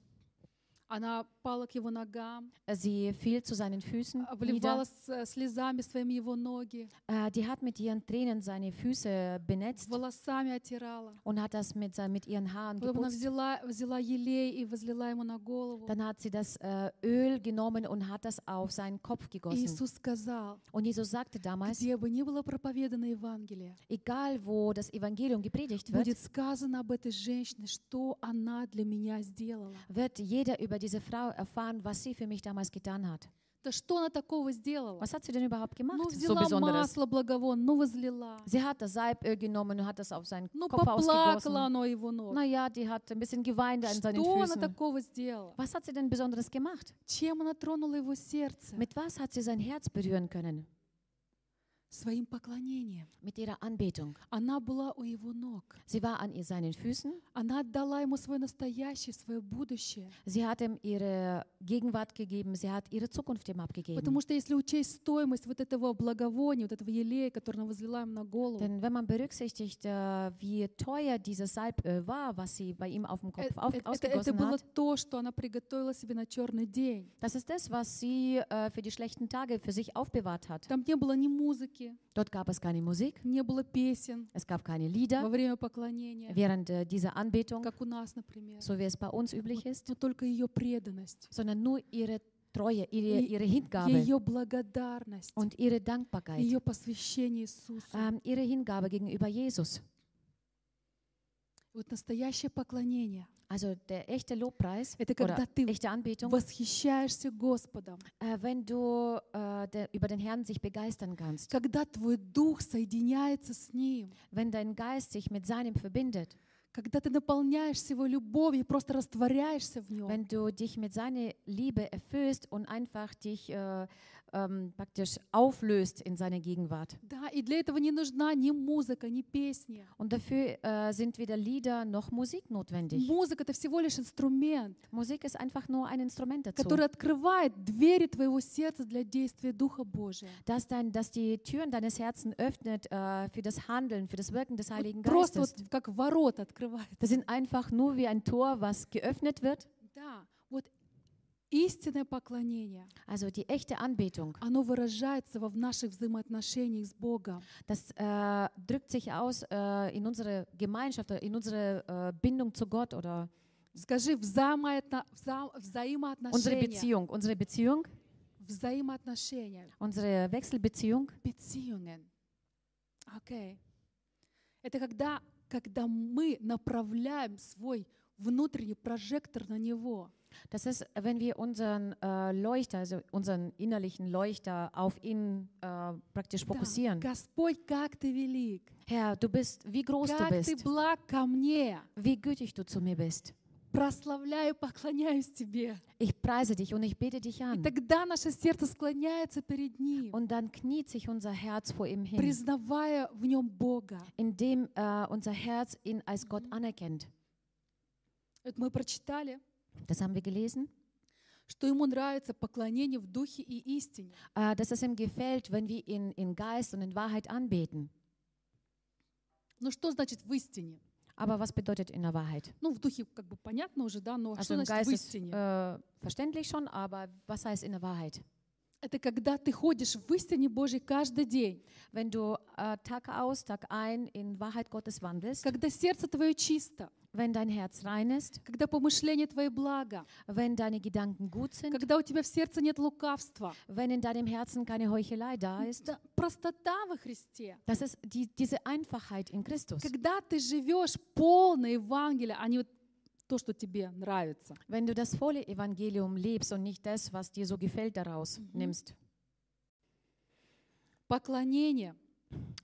Speaker 1: Она пала к его ногам,
Speaker 2: Sie fiel zu seinen Füßen
Speaker 1: а,
Speaker 2: nieder.
Speaker 1: вливала с- э, слезами своими его ноги,
Speaker 2: Äh, die hat mit ihren Tränen seine Füße benetzt
Speaker 1: волосами отирала.
Speaker 2: und hat das mit, sein- mit ihren Haaren
Speaker 1: Потом она
Speaker 2: geputzt.
Speaker 1: взяла, взяла елей и возлила ему на голову.
Speaker 2: Dann hat sie das äh, Öl genommen und hat das auf seinen Kopf
Speaker 1: И
Speaker 2: gegossen.
Speaker 1: Иисус сказал,
Speaker 2: Und Jesus sagte damals,
Speaker 1: где бы ни было проповедано Евангелие,
Speaker 2: egal wo das Evangelium gepredigt wird,
Speaker 1: будет сказано об этой женщине, что она для меня сделала.
Speaker 2: wird jeder über diese Frau erfahren, was sie für mich damals getan hat.
Speaker 1: Да что она такого сделала?
Speaker 2: Was hat sie denn überhaupt
Speaker 1: Ну,
Speaker 2: gemacht? So
Speaker 1: взяла
Speaker 2: Besonderes.
Speaker 1: масло благовон, ну, возлила.
Speaker 2: Sie hat das Salböl genommen und hat das auf seinen
Speaker 1: Ну,
Speaker 2: Kopf
Speaker 1: поплакала
Speaker 2: ausgegossen.
Speaker 1: она о его ног.
Speaker 2: Naja, die hat ein bisschen geweint an seinen
Speaker 1: Что она
Speaker 2: Füßen.
Speaker 1: такого сделала?
Speaker 2: Was hat sie denn Besonderes gemacht?
Speaker 1: Чем она тронула его сердце?
Speaker 2: Mit was hat sie sein Herz berühren können?
Speaker 1: Своим поклонением.
Speaker 2: Mit ihrer Anbetung.
Speaker 1: Она была у его ног.
Speaker 2: Sie war an ihr- seinen Füßen.
Speaker 1: Она отдала ему свое настоящее, свое будущее.
Speaker 2: Sie hat ihm ihre Gegenwart gegeben. Sie hat ihre Zukunft ihm abgegeben.
Speaker 1: Потому что если учесть стоимость вот этого благовония, вот этого елея, который она возлила ему на голову,
Speaker 2: Denn wenn man berücksichtigt, äh, wie teuer dieses Salböl war, was sie bei ihm auf dem
Speaker 1: э-
Speaker 2: Kopf auf,
Speaker 1: э- это, это
Speaker 2: ausgegossen
Speaker 1: было
Speaker 2: hat,
Speaker 1: то, что она приготовила себе на черный день.
Speaker 2: das ist das, was sie äh, für die schlechten Tage für sich aufbewahrt hat.
Speaker 1: Там не было ни музыки,
Speaker 2: Dort gab es keine Musik,
Speaker 1: не было песен
Speaker 2: es gab keine
Speaker 1: во
Speaker 2: Lieder
Speaker 1: время поклонения,
Speaker 2: während äh, dieser Anbetung,
Speaker 1: как у нас, например.
Speaker 2: so wie es bei uns üblich ist,
Speaker 1: Но только ее преданность,
Speaker 2: sondern nur ihre Treue, ihre,
Speaker 1: Je-
Speaker 2: ihre Hingabe
Speaker 1: ее благодарность,
Speaker 2: und ihre Dankbarkeit,
Speaker 1: ее посвящение Иисусу.
Speaker 2: ähm, ihre Hingabe gegenüber Jesus.
Speaker 1: Вот naстоящее поклонение.
Speaker 2: Also der echte Lobpreis
Speaker 1: Это
Speaker 2: oder
Speaker 1: когда ты
Speaker 2: echte Anbetung
Speaker 1: восхищаешься Господом,
Speaker 2: Äh, wenn du äh, der, über den Herrn sich begeistern kannst,
Speaker 1: когда твой дух соединяется с Ним,
Speaker 2: wenn dein Geist sich mit seinem verbindet,
Speaker 1: когда ты наполняешься Его любовью и просто растворяешься в Нем.
Speaker 2: wenn du dich mit seiner Liebe erfüllst und einfach dich äh, ähm, praktisch auflöst in seiner Gegenwart.
Speaker 1: Да, и для этого не нужна ни музыка, ни песня.
Speaker 2: Und dafür äh, sind weder Lieder noch Musik notwendig.
Speaker 1: Музыка — это всего лишь инструмент,
Speaker 2: Musik ist einfach nur ein Instrument dazu,
Speaker 1: который открывает двери твоего сердца для действия Духа Божия.
Speaker 2: dass, dein, dass die Türen deines Herzens öffnet äh, für das Handeln, für das Wirken des
Speaker 1: Вот
Speaker 2: Heiligen
Speaker 1: просто
Speaker 2: Geistes.
Speaker 1: вот как ворота открывает.
Speaker 2: Das sind einfach nur wie ein Tor, was geöffnet wird.
Speaker 1: Да, вот истинное поклонение,
Speaker 2: Also die echte Anbetung.
Speaker 1: оно выражается во- в наших взаимоотношениях с Богом.
Speaker 2: Das äh, drückt sich aus äh, in unsere Gemeinschaft, oder in unsere äh, Bindung zu Gott oder
Speaker 1: Скажи взаимоотно- вза-
Speaker 2: unsere
Speaker 1: взаимоотношения.
Speaker 2: Beziehung, unsere Beziehung,
Speaker 1: Взаимоотношения.
Speaker 2: unsere Wechselbeziehung.
Speaker 1: Beziehungen. Окей. Это когда, когда мы направляем свой внутренний прожектор на него.
Speaker 2: Das ist, wenn wir unseren äh, Leuchter, also unseren innerlichen Leuchter auf ihn äh, praktisch
Speaker 1: Да.
Speaker 2: fokussieren.
Speaker 1: Господь, как ты велик,
Speaker 2: Herr, du bist, wie groß du
Speaker 1: как ты
Speaker 2: bist,
Speaker 1: благ ко мне,
Speaker 2: wie gütig du zu mir bist.
Speaker 1: прославляю, поклоняюсь тебе.
Speaker 2: Ich preise dich und ich bete dich an.
Speaker 1: Тогда наше сердце склоняется перед Ним,
Speaker 2: Und dann kniet sich unser Herz vor ihm hin,
Speaker 1: признавая в Нем Бога.
Speaker 2: indem äh, unser Herz ihn als Gott anerkennt.
Speaker 1: Вот мы прочитали,
Speaker 2: Das haben wir gelesen.
Speaker 1: что Ему нравится поклонение в духе и истине.
Speaker 2: äh, dass es ihm gefällt, wenn wir ihn in Geist und in Wahrheit anbeten.
Speaker 1: Ну что значит в истине?
Speaker 2: Aber was bedeutet in der Wahrheit?
Speaker 1: Ну в духе как бы понятно уже, да, но
Speaker 2: Also
Speaker 1: что
Speaker 2: im
Speaker 1: значит в
Speaker 2: Geist ist
Speaker 1: истине?
Speaker 2: äh, verständlich schon, aber was heißt in der Wahrheit?
Speaker 1: Это когда ты ходишь в истине Божьей каждый день,
Speaker 2: Wenn du äh, Tag aus, Tag ein in Wahrheit Gottes wandelst,
Speaker 1: когда сердце твое чисто,
Speaker 2: wenn dein Herz rein ist,
Speaker 1: когда помышление твое благо,
Speaker 2: wenn deine Gedanken gut sind,
Speaker 1: когда у тебя в сердце нет лукавства.
Speaker 2: wenn in deinem Herzen keine Heuchelei da ist.
Speaker 1: Да, простота во Христе.
Speaker 2: Das ist die, diese Einfachheit in Christus.
Speaker 1: Когда ты живешь полное Евангелие, а не вот то, что тебе нравится.
Speaker 2: Wenn du das volle Evangelium lebst und nicht das, was dir so gefällt, daraus nimmst.
Speaker 1: Поклонение.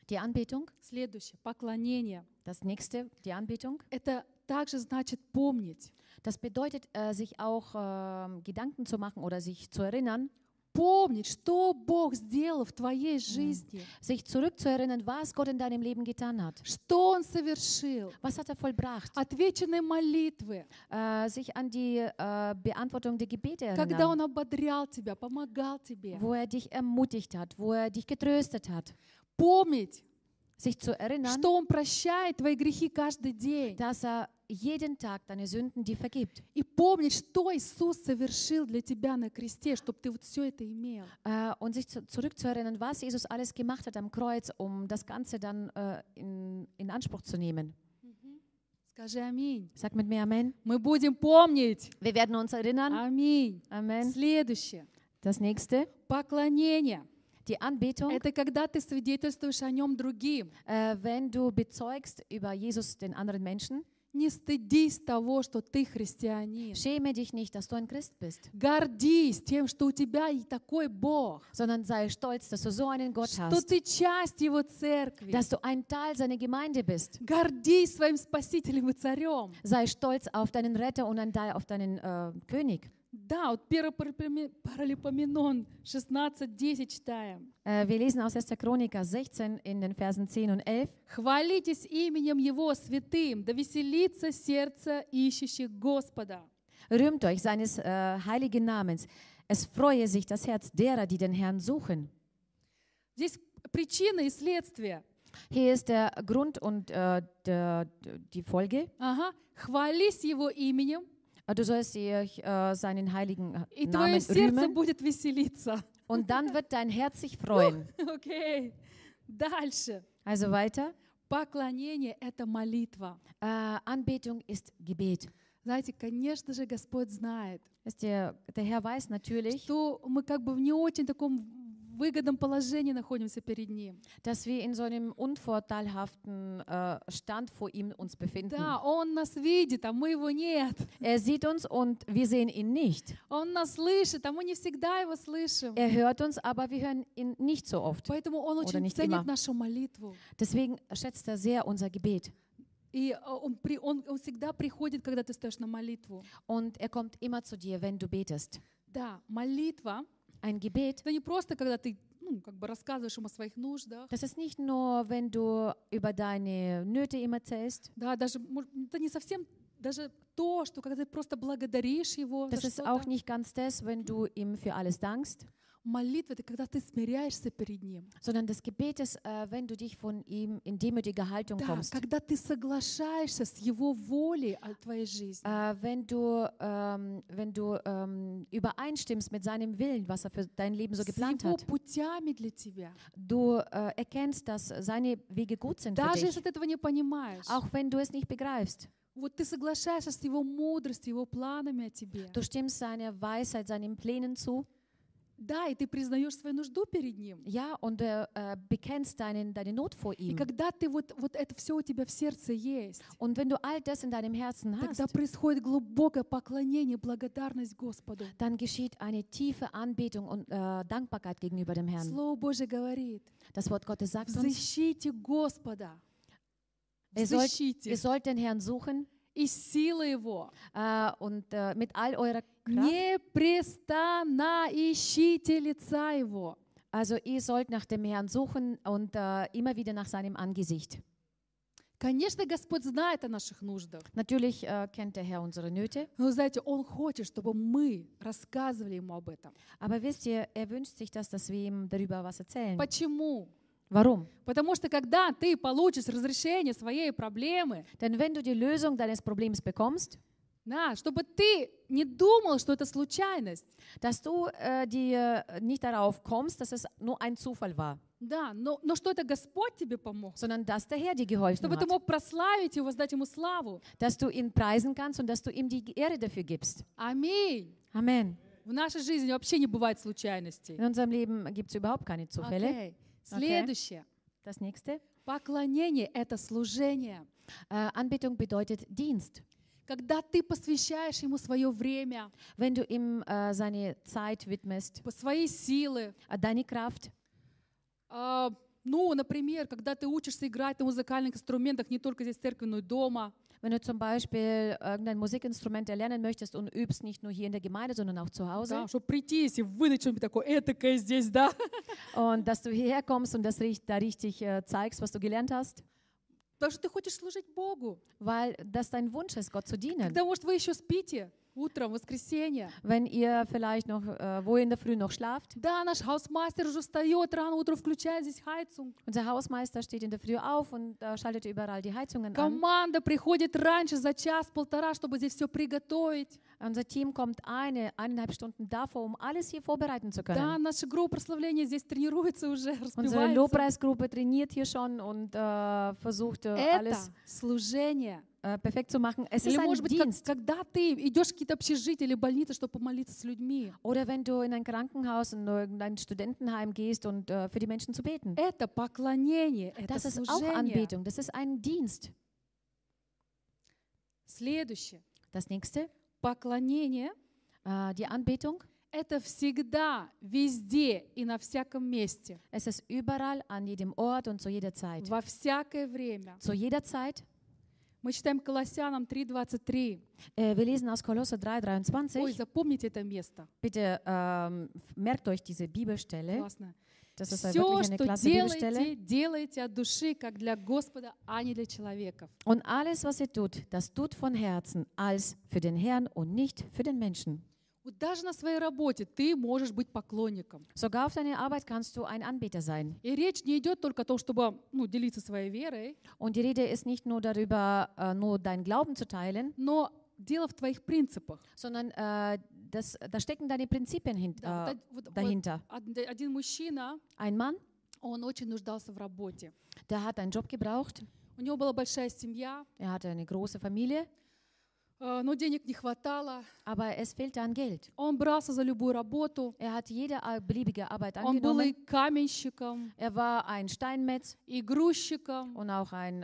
Speaker 2: Die Anbetung,
Speaker 1: Следующее. Поклонение.
Speaker 2: das nächste, die Anbetung.
Speaker 1: Это также значит помнить.
Speaker 2: Das bedeutet, äh, sich auch ähm, Gedanken zu machen oder sich zu erinnern,
Speaker 1: Помнить, что Бог сделал в твоей жизни,
Speaker 2: sich zurückzuerinnern, was Gott in deinem Leben getan hat.
Speaker 1: что Он совершил.
Speaker 2: Was hat er vollbracht?
Speaker 1: Отвеченные молитвы,
Speaker 2: Äh, sich an die äh, Beantwortung der Gebete
Speaker 1: когда
Speaker 2: erinnern,
Speaker 1: Он ободрял тебя, помогал тебе.
Speaker 2: wo er dich ermutigt hat, wo er dich getröstet hat.
Speaker 1: Помнить,
Speaker 2: Sich zu erinnern,
Speaker 1: что Он прощает твои грехи каждый день.
Speaker 2: dass er jeden Tag deine Sünden dir vergibt.
Speaker 1: И помнить, что Иисус совершил для тебя на кресте, чтобы ты вот все это имел.
Speaker 2: Äh, und sich zu, zurückzuerinnern, was Jesus alles gemacht hat am Kreuz, um das Ganze dann äh, in, in Anspruch zu nehmen.
Speaker 1: Скажи аминь.
Speaker 2: Sag mit mir Amen.
Speaker 1: Мы будем помнить.
Speaker 2: Wir werden uns erinnern.
Speaker 1: Аминь.
Speaker 2: Amen.
Speaker 1: Следующее.
Speaker 2: Das nächste,
Speaker 1: Поклонение.
Speaker 2: die Anbetung.
Speaker 1: Это когда ты свидетельствуешь о нем другим.
Speaker 2: Äh, wenn du bezeugst über Jesus den anderen Menschen,
Speaker 1: Не стыдись того, что ты христианин.
Speaker 2: schäme dich nicht, dass du ein Christ bist,
Speaker 1: Гордись тем, что у тебя и такой Бог,
Speaker 2: sondern sei stolz, dass du so einen Gott
Speaker 1: что
Speaker 2: hast,
Speaker 1: ты часть Его церкви.
Speaker 2: dass du ein Teil seiner Gemeinde bist.
Speaker 1: Гордись своим Спасителем и Царем.
Speaker 2: Sei stolz auf deinen Retter und ein Teil auf deinen äh, König.
Speaker 1: Да, вот 1 Паралипоменон 16.10 читаем.
Speaker 2: Äh, wir lesen aus 1. Chroniker 16 in den Versen 10 und 11.
Speaker 1: «Хвалитесь именем Его святым, да веселится сердце ищущих Господа».
Speaker 2: Rühmt euch seines äh, heiligen Namens. Es freue sich das Herz derer, die den Herrn suchen.
Speaker 1: Здесь причина и следствие.
Speaker 2: Hier ist der Grund und äh, der, die Folge.
Speaker 1: Ага. Хвались Его именем,
Speaker 2: Äh, Du sollst dich äh, seinen heiligen
Speaker 1: и твое
Speaker 2: Namen
Speaker 1: сердце
Speaker 2: rühmen
Speaker 1: будет веселиться.
Speaker 2: und dann wird dein Herz sich freuen.
Speaker 1: [LAUGHS] Окей. Дальше.
Speaker 2: Also weiter.
Speaker 1: Поклонение — это молитва.
Speaker 2: Äh, Anbetung ist Gebet.
Speaker 1: Знаете, конечно же, Господь знает,
Speaker 2: Wisst ihr, der Herr weiß natürlich,
Speaker 1: что мы как бы в не очень таком выгодном положении находимся перед Ним.
Speaker 2: dass wir in so einem unvorteilhaften äh, Stand vor ihm uns befinden.
Speaker 1: Да, Он нас видит, а мы Его нет.
Speaker 2: Er sieht uns und wir sehen ihn nicht.
Speaker 1: Он нас слышит, а мы не всегда Его слышим.
Speaker 2: Er hört uns, aber wir hören ihn nicht so oft.
Speaker 1: Поэтому Он очень
Speaker 2: nicht
Speaker 1: ценит
Speaker 2: immer.
Speaker 1: нашу молитву.
Speaker 2: Deswegen schätzt er sehr unser Gebet.
Speaker 1: И э, он, при- он, он всегда приходит, когда ты стоишь на молитву.
Speaker 2: Und er kommt immer zu dir, wenn du betest.
Speaker 1: Да, молитва
Speaker 2: Ein Gebet,
Speaker 1: Это не просто, когда ты ну, как бы рассказываешь ему о своих нуждах.
Speaker 2: das ist nicht nur, wenn du über deine Nöte ihm erzählst.
Speaker 1: Да, даже мож- это не совсем даже то, что когда ты просто благодаришь его. за
Speaker 2: Das ist
Speaker 1: что-то.
Speaker 2: auch nicht ganz das, wenn du ihm für alles dankst,
Speaker 1: Молитва это когда ты смиряешься перед ним.
Speaker 2: sondern das Gebet ist, äh, wenn du dich von ihm in demütige Haltung
Speaker 1: Да,
Speaker 2: kommst.
Speaker 1: когда ты соглашаешься с его волей о твоей жизни.
Speaker 2: Äh, wenn du, ähm, wenn du ähm, übereinstimmst mit seinem Willen, was er für dein Leben so
Speaker 1: С
Speaker 2: geplant
Speaker 1: его
Speaker 2: hat.
Speaker 1: путями для тебя.
Speaker 2: Du äh, erkennst, dass seine Wege gut sind für
Speaker 1: Даже
Speaker 2: dich,
Speaker 1: если ты этого не понимаешь.
Speaker 2: auch wenn du es nicht begreifst.
Speaker 1: Вот ты соглашаешься с его мудростью, его планами о тебе.
Speaker 2: Du stimmst seiner Weisheit, seinen Plänen zu,
Speaker 1: Да, и ты признаешь свою нужду перед ним.
Speaker 2: ja, und äh, äh, bekennst deinen, deine Not vor
Speaker 1: И
Speaker 2: ihm.
Speaker 1: когда ты вот, вот это все у тебя в сердце есть,
Speaker 2: Und wenn du all das in deinem Herzen hast,
Speaker 1: Тогда происходит глубокое поклонение, благодарность Господу.
Speaker 2: dann geschieht eine tiefe Anbetung und äh, Dankbarkeit gegenüber dem Herrn.
Speaker 1: Слово Божье говорит,
Speaker 2: Das Wort Gottes sagt uns,
Speaker 1: взыщите Господа,
Speaker 2: ihr sollt,
Speaker 1: взыщите
Speaker 2: ihr sollt den Herrn suchen
Speaker 1: и силы Его.
Speaker 2: äh, und äh, mit all eurer Kraft.
Speaker 1: Непрестанно ищите лица Его.
Speaker 2: Also ihr sollt nach dem Herrn suchen und äh, immer wieder nach seinem Angesicht.
Speaker 1: Конечно, Господь знает о наших нуждах.
Speaker 2: Natürlich äh, kennt der Herr unsere Nöte.
Speaker 1: Но, знаете, Он хочет, чтобы мы рассказывали Ему об этом.
Speaker 2: Aber wisst ihr, er wünscht sich das, dass wir ihm darüber was erzählen.
Speaker 1: Почему?
Speaker 2: Warum?
Speaker 1: Потому что когда ты получишь разрешение своей проблемы,
Speaker 2: Denn wenn du die Lösung deines Problems bekommst,
Speaker 1: да, чтобы ты не думал, что это случайность,
Speaker 2: dass du äh, dir nicht darauf kommst, dass es nur ein Zufall war,
Speaker 1: Да, но, но что это Господь тебе помог,
Speaker 2: sondern dass der Herr dir geholfen
Speaker 1: чтобы ты
Speaker 2: hat,
Speaker 1: мог прославить Его, воздать Ему славу.
Speaker 2: dass du ihn preisen kannst und dass du ihm die Ehre dafür gibst.
Speaker 1: Аминь.
Speaker 2: Amen.
Speaker 1: В нашей жизни вообще не бывает случайностей.
Speaker 2: In unserem Leben gibt es überhaupt keine Zufälle.
Speaker 1: Окей. Следующее.
Speaker 2: Das nächste.
Speaker 1: Поклонение — это служение.
Speaker 2: Äh, Anbetung bedeutet Dienst.
Speaker 1: Когда ты посвящаешь Ему свое время,
Speaker 2: Wenn du ihm äh, seine Zeit widmest,
Speaker 1: по свои силы.
Speaker 2: äh, deine Kraft,
Speaker 1: А, ну, например, когда ты учишься играть на музыкальных инструментах, не только здесь в церкви, но и дома.
Speaker 2: Wenn du zum Beispiel irgendein Musikinstrument erlernen möchtest und übst nicht nur hier in der Gemeinde, sondern auch zu Hause
Speaker 1: Да, чтобы прийти, если выдать что-нибудь такое этакое здесь, да. [LAUGHS]
Speaker 2: und dass du hierher kommst und das richt- da richtig äh, zeigst, was du gelernt hast,
Speaker 1: Потому что ты хочешь служить Богу.
Speaker 2: weil das dein Wunsch ist, Gott zu dienen.
Speaker 1: Когда, может, вы еще спите, Утром, в воскресенье.
Speaker 2: Wenn ihr vielleicht noch, äh, wo ihr in der Früh noch schlaft.
Speaker 1: Да, наш хаусмастер уже встает рано утром, включает здесь Heizung.
Speaker 2: Unser Hausmeister steht in der Früh auf und äh, schaltet überall die Heizungen an.
Speaker 1: Команда приходит раньше, за час-полтора, чтобы здесь все приготовить.
Speaker 2: Unser Team kommt eine, eineinhalb Stunden davor, um alles hier vorbereiten zu
Speaker 1: Да,
Speaker 2: können.
Speaker 1: наша группа прославления здесь тренируется уже,
Speaker 2: Unsere
Speaker 1: [LAUGHS] распевается.
Speaker 2: Lobpreisgruppe trainiert hier schon und äh, versucht äh,
Speaker 1: Это
Speaker 2: alles
Speaker 1: служение.
Speaker 2: äh, perfekt zu machen. Es
Speaker 1: Или,
Speaker 2: ist ein
Speaker 1: может быть, как-
Speaker 2: Dienst.
Speaker 1: когда ты идешь в какие-то общежития или больницы, чтобы помолиться с людьми.
Speaker 2: Oder wenn du in ein Krankenhaus, in ein Studentenheim gehst und äh, für die Menschen zu beten.
Speaker 1: Это поклонение, это
Speaker 2: Das ist auch
Speaker 1: служение.
Speaker 2: Anbetung. Das ist ein Dienst.
Speaker 1: Следующее.
Speaker 2: Das nächste,
Speaker 1: Поклонение
Speaker 2: äh, die Anbetung.
Speaker 1: — это всегда, везде и на всяком месте,
Speaker 2: Es ist überall, an jedem Ort und zu jeder Zeit.
Speaker 1: во всякое время.
Speaker 2: Zu jeder Zeit.
Speaker 1: Мы читаем Колоссянам 3.23.
Speaker 2: Äh, wir lesen aus Kolosser
Speaker 1: Ой,
Speaker 2: 3,23.
Speaker 1: запомните это место.
Speaker 2: Bitte ähm, merkt euch diese Bibelstelle.
Speaker 1: Классно.
Speaker 2: Das ist äh,
Speaker 1: Все,
Speaker 2: wirklich eine
Speaker 1: что
Speaker 2: klasse Bibelstelle.
Speaker 1: делаете, делайте от души, как для Господа, а не для человеков.
Speaker 2: Und alles, was ihr tut, das tut von Herzen, als für den Herrn und nicht für den Menschen.
Speaker 1: Вот даже на своей работе ты можешь быть поклонником.
Speaker 2: Sogar auf deiner Arbeit kannst du ein Anbeter sein.
Speaker 1: И речь не идет только о том, чтобы ну, делиться своей верой,
Speaker 2: Und die Rede ist nicht nur darüber, äh, nur deinen Glauben zu teilen,
Speaker 1: но дело в твоих принципах.
Speaker 2: sondern äh, das, da stecken deine Prinzipien hin, äh,
Speaker 1: Да, вот од- вот- вот
Speaker 2: dahinter.
Speaker 1: од- один мужчина,
Speaker 2: Ein Mann,
Speaker 1: он очень нуждался в работе.
Speaker 2: der hat einen Job gebraucht,
Speaker 1: У него была большая семья,
Speaker 2: er hatte eine große Familie,
Speaker 1: э, но денег не хватало.
Speaker 2: aber es fehlte an Geld.
Speaker 1: Он брался за любую работу.
Speaker 2: Er hat jede Ar- beliebige Arbeit
Speaker 1: Он был и
Speaker 2: angenommen.
Speaker 1: каменщиком,
Speaker 2: Er war ein Steinmetz
Speaker 1: и грузчиком,
Speaker 2: und auch ein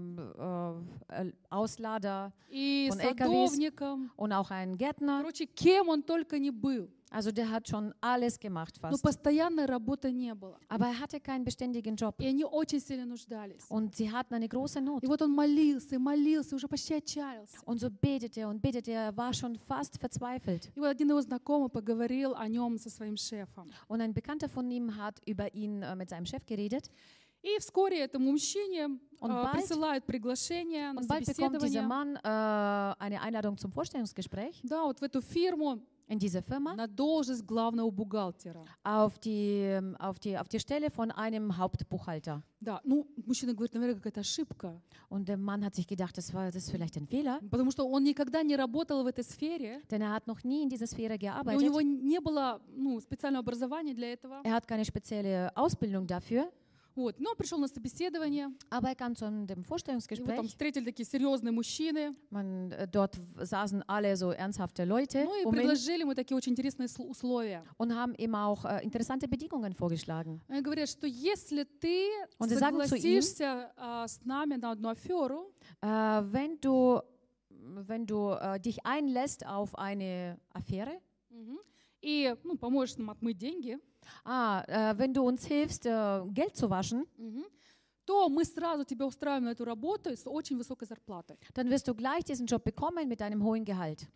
Speaker 2: ähm, äh, äh, Auslader
Speaker 1: и
Speaker 2: Он LKWs.
Speaker 1: садовником.
Speaker 2: und auch ein Gärtner.
Speaker 1: Короче, кем он только не был.
Speaker 2: Also der hat schon alles gemacht
Speaker 1: Но
Speaker 2: fast.
Speaker 1: постоянной работы не было.
Speaker 2: Aber er hatte keinen beständigen Job.
Speaker 1: И они очень сильно нуждались.
Speaker 2: Und sie hatten eine große Not.
Speaker 1: И вот он молился, и молился, уже почти отчаялся.
Speaker 2: Und so betete er und betete, er er war schon fast verzweifelt.
Speaker 1: И вот один его знакомый поговорил о нем со своим шефом.
Speaker 2: Und ein Bekannter von ihm hat über ihn äh, mit seinem Chef geredet.
Speaker 1: И вскоре этому мужчине
Speaker 2: Он
Speaker 1: а,
Speaker 2: бald-
Speaker 1: присылают приглашение на
Speaker 2: Und bald bekommt dieser
Speaker 1: собеседование.
Speaker 2: Mann äh, eine Einladung zum Vorstellungsgespräch
Speaker 1: Да, вот в эту фирму
Speaker 2: in dieser Firma
Speaker 1: на должность главного бухгалтера.
Speaker 2: auf die, ähm, auf die, auf die Stelle von einem Hauptbuchhalter.
Speaker 1: Да, ну, мужчина говорит, наверное, какая-то ошибка,
Speaker 2: Und der Mann hat sich gedacht, das war das ist vielleicht ein Fehler,
Speaker 1: потому что он никогда не работал в этой сфере,
Speaker 2: denn er hat noch nie in dieser Sphäre
Speaker 1: и у
Speaker 2: gearbeitet.
Speaker 1: него не было ну, специального образования для этого.
Speaker 2: Er hat keine spezielle Ausbildung dafür,
Speaker 1: Вот, но пришел на собеседование,
Speaker 2: aber er kam zu einem- dem
Speaker 1: его там
Speaker 2: Vorstellungsgespräch.
Speaker 1: встретили такие серьезные мужчины,
Speaker 2: Man, äh, dort saßen alle so ernsthafte Leute
Speaker 1: ну и
Speaker 2: um ihn
Speaker 1: предложили ему такие очень интересные сл- условия.
Speaker 2: und haben ihm auch äh, interessante Bedingungen vorgeschlagen.
Speaker 1: Они говорят, что если ты
Speaker 2: Он за задницу им.
Speaker 1: согласишься а, с нами на одну аферу,
Speaker 2: Äh, wenn du, wenn du äh, dich einlässt auf eine Affäre,
Speaker 1: и ну, поможешь нам отмыть деньги,
Speaker 2: ah, äh, wenn du uns hilfst, äh, Geld zu waschen,
Speaker 1: то мы сразу тебя устраиваем на эту работу с очень высокой зарплатой.
Speaker 2: dann wirst du gleich diesen Job bekommen mit einem hohen Gehalt.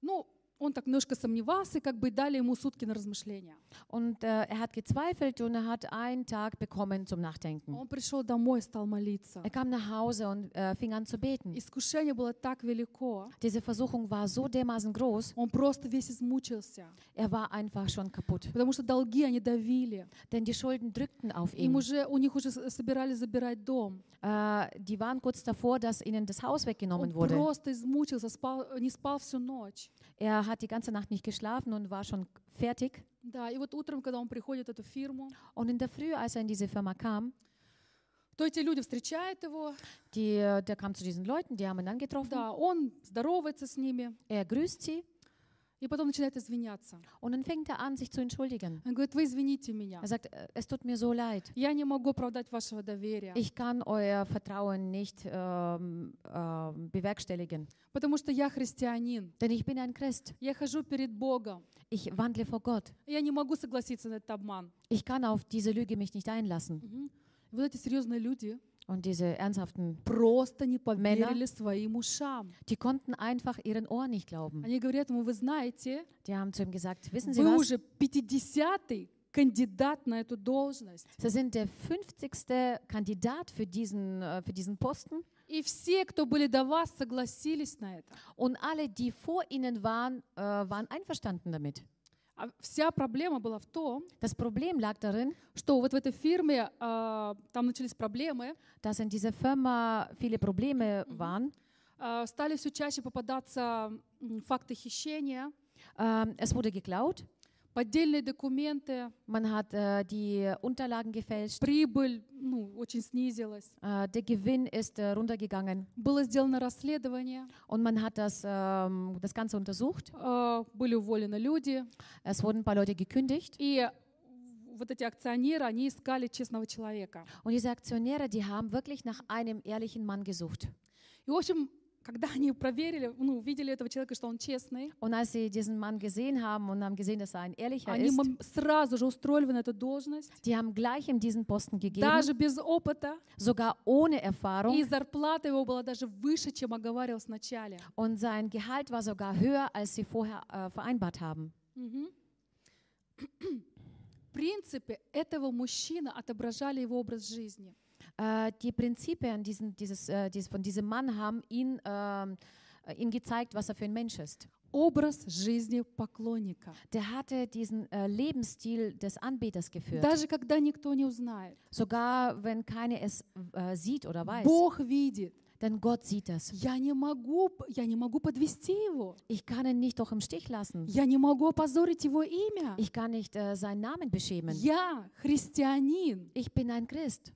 Speaker 1: Ну, он так немножко сомневался, и как бы дали ему сутки на размышления.
Speaker 2: Und äh, er hat gezweifelt und er hat einen Tag bekommen zum Nachdenken.
Speaker 1: Он пришел домой и стал молиться.
Speaker 2: Er kam nach Hause und äh, fing an zu beten.
Speaker 1: Искушение было так велико.
Speaker 2: Diese Versuchung war so dermaßen groß,
Speaker 1: Он просто весь измучился,
Speaker 2: er war einfach schon kaputt.
Speaker 1: потому что долги они давили.
Speaker 2: Denn die Schulden drückten auf
Speaker 1: Им
Speaker 2: ihn.
Speaker 1: уже, у них уже с- собирались забирать дом.
Speaker 2: Äh, die waren kurz davor, dass ihnen das Haus
Speaker 1: Он
Speaker 2: weggenommen wurde.
Speaker 1: просто измучился, спал, не спал всю ночь.
Speaker 2: Er hat die ganze Nacht nicht geschlafen und war schon fertig.
Speaker 1: Да, и вот утром, когда он приходит в эту фирму,
Speaker 2: Und in der Früh, als er in diese Firma kam,
Speaker 1: то эти люди встречают его,
Speaker 2: die, äh, der kam zu diesen Leuten, die haben ihn angetroffen.
Speaker 1: да, он здоровается с ними,
Speaker 2: Er grüßt sie
Speaker 1: и потом начинает извиняться.
Speaker 2: und dann fängt er an, sich zu entschuldigen.
Speaker 1: Он говорит, вы извините меня,
Speaker 2: Er sagt, äh, es tut mir so leid.
Speaker 1: я не могу оправдать вашего доверия,
Speaker 2: Ich kann euer Vertrauen nicht ähm, ähm, bewerkstelligen,
Speaker 1: потому что я христианин,
Speaker 2: denn ich bin ein Christ.
Speaker 1: я хожу перед Богом,
Speaker 2: Ich wandle vor Gott.
Speaker 1: я не могу согласиться на этот обман.
Speaker 2: Ich kann auf diese Lüge mich nicht einlassen.
Speaker 1: Мгм. Вот эти серьезные люди
Speaker 2: Und diese Ernsthaften,
Speaker 1: просто не поверили своим ушам.
Speaker 2: die konnten einfach ihren Ohren nicht glauben.
Speaker 1: Они говорят ему, вы знаете,
Speaker 2: Die haben zu ihm gesagt, wissen Sie
Speaker 1: вы
Speaker 2: was?
Speaker 1: уже 50-й кандидат на эту должность.
Speaker 2: Sie sind der 50. Kandidat für diesen, äh, für diesen Posten
Speaker 1: И И все, кто были до вас, согласились на это.
Speaker 2: Und alle, die vor ihnen waren, äh, waren einverstanden damit.
Speaker 1: А вся проблема была в том,
Speaker 2: Das Problem lag darin,
Speaker 1: что вот в этой фирме а, там начались проблемы,
Speaker 2: dass in dieser Firma viele Probleme waren.
Speaker 1: а, стали все чаще попадаться м, факты хищения,
Speaker 2: Ähm, es wurde geklaut,
Speaker 1: поддельные документы,
Speaker 2: man hat äh, die Unterlagen gefälscht,
Speaker 1: прибыль ну, очень снизилась.
Speaker 2: äh, der Gewinn ist äh, runtergegangen
Speaker 1: Было сделано расследование,
Speaker 2: und man hat das, ähm, das Ganze untersucht.
Speaker 1: а, были уволены люди,
Speaker 2: Es wurden ein paar Leute gekündigt
Speaker 1: и вот эти акционеры, они искали честного человека.
Speaker 2: und diese Aktionäre, die haben wirklich nach einem ehrlichen Mann gesucht.
Speaker 1: И, в общем, когда они проверили, ну, увидели этого человека, что он честный,
Speaker 2: Und als sie diesen Mann gesehen haben und haben gesehen, dass er ein ehrlicher
Speaker 1: они
Speaker 2: ist,
Speaker 1: мом- сразу же устроили на эту должность,
Speaker 2: die haben gleich ihm diesen Posten gegeben,
Speaker 1: даже без опыта,
Speaker 2: sogar ohne
Speaker 1: и
Speaker 2: Erfahrung.
Speaker 1: зарплата его была даже выше, чем оговаривалось вначале.
Speaker 2: Und sein Gehalt war sogar höher, als sie vorher äh, vereinbart haben.
Speaker 1: Мгм. Принципы этого мужчины отображали его образ жизни.
Speaker 2: Äh, die Prinzipien diesen, dieses, äh, dies- von diesem Mann haben ihn, ähm, äh, ihm gezeigt, was er für ein Mensch ist.
Speaker 1: Образ жизни поклонника.
Speaker 2: Der hatte diesen äh, Lebensstil des Anbeters geführt.
Speaker 1: Даже когда никто не узнает.
Speaker 2: Sogar wenn keiner es äh, sieht oder weiß.
Speaker 1: Бог видит.
Speaker 2: Denn Gott sieht das.
Speaker 1: Я не могу, п- я не могу подвести его.
Speaker 2: Ich kann ihn nicht doch im Stich lassen.
Speaker 1: Я не могу опозорить его имя.
Speaker 2: Ich kann nicht äh, seinen Namen beschämen.
Speaker 1: Я христианин.
Speaker 2: Ich bin ein Christ.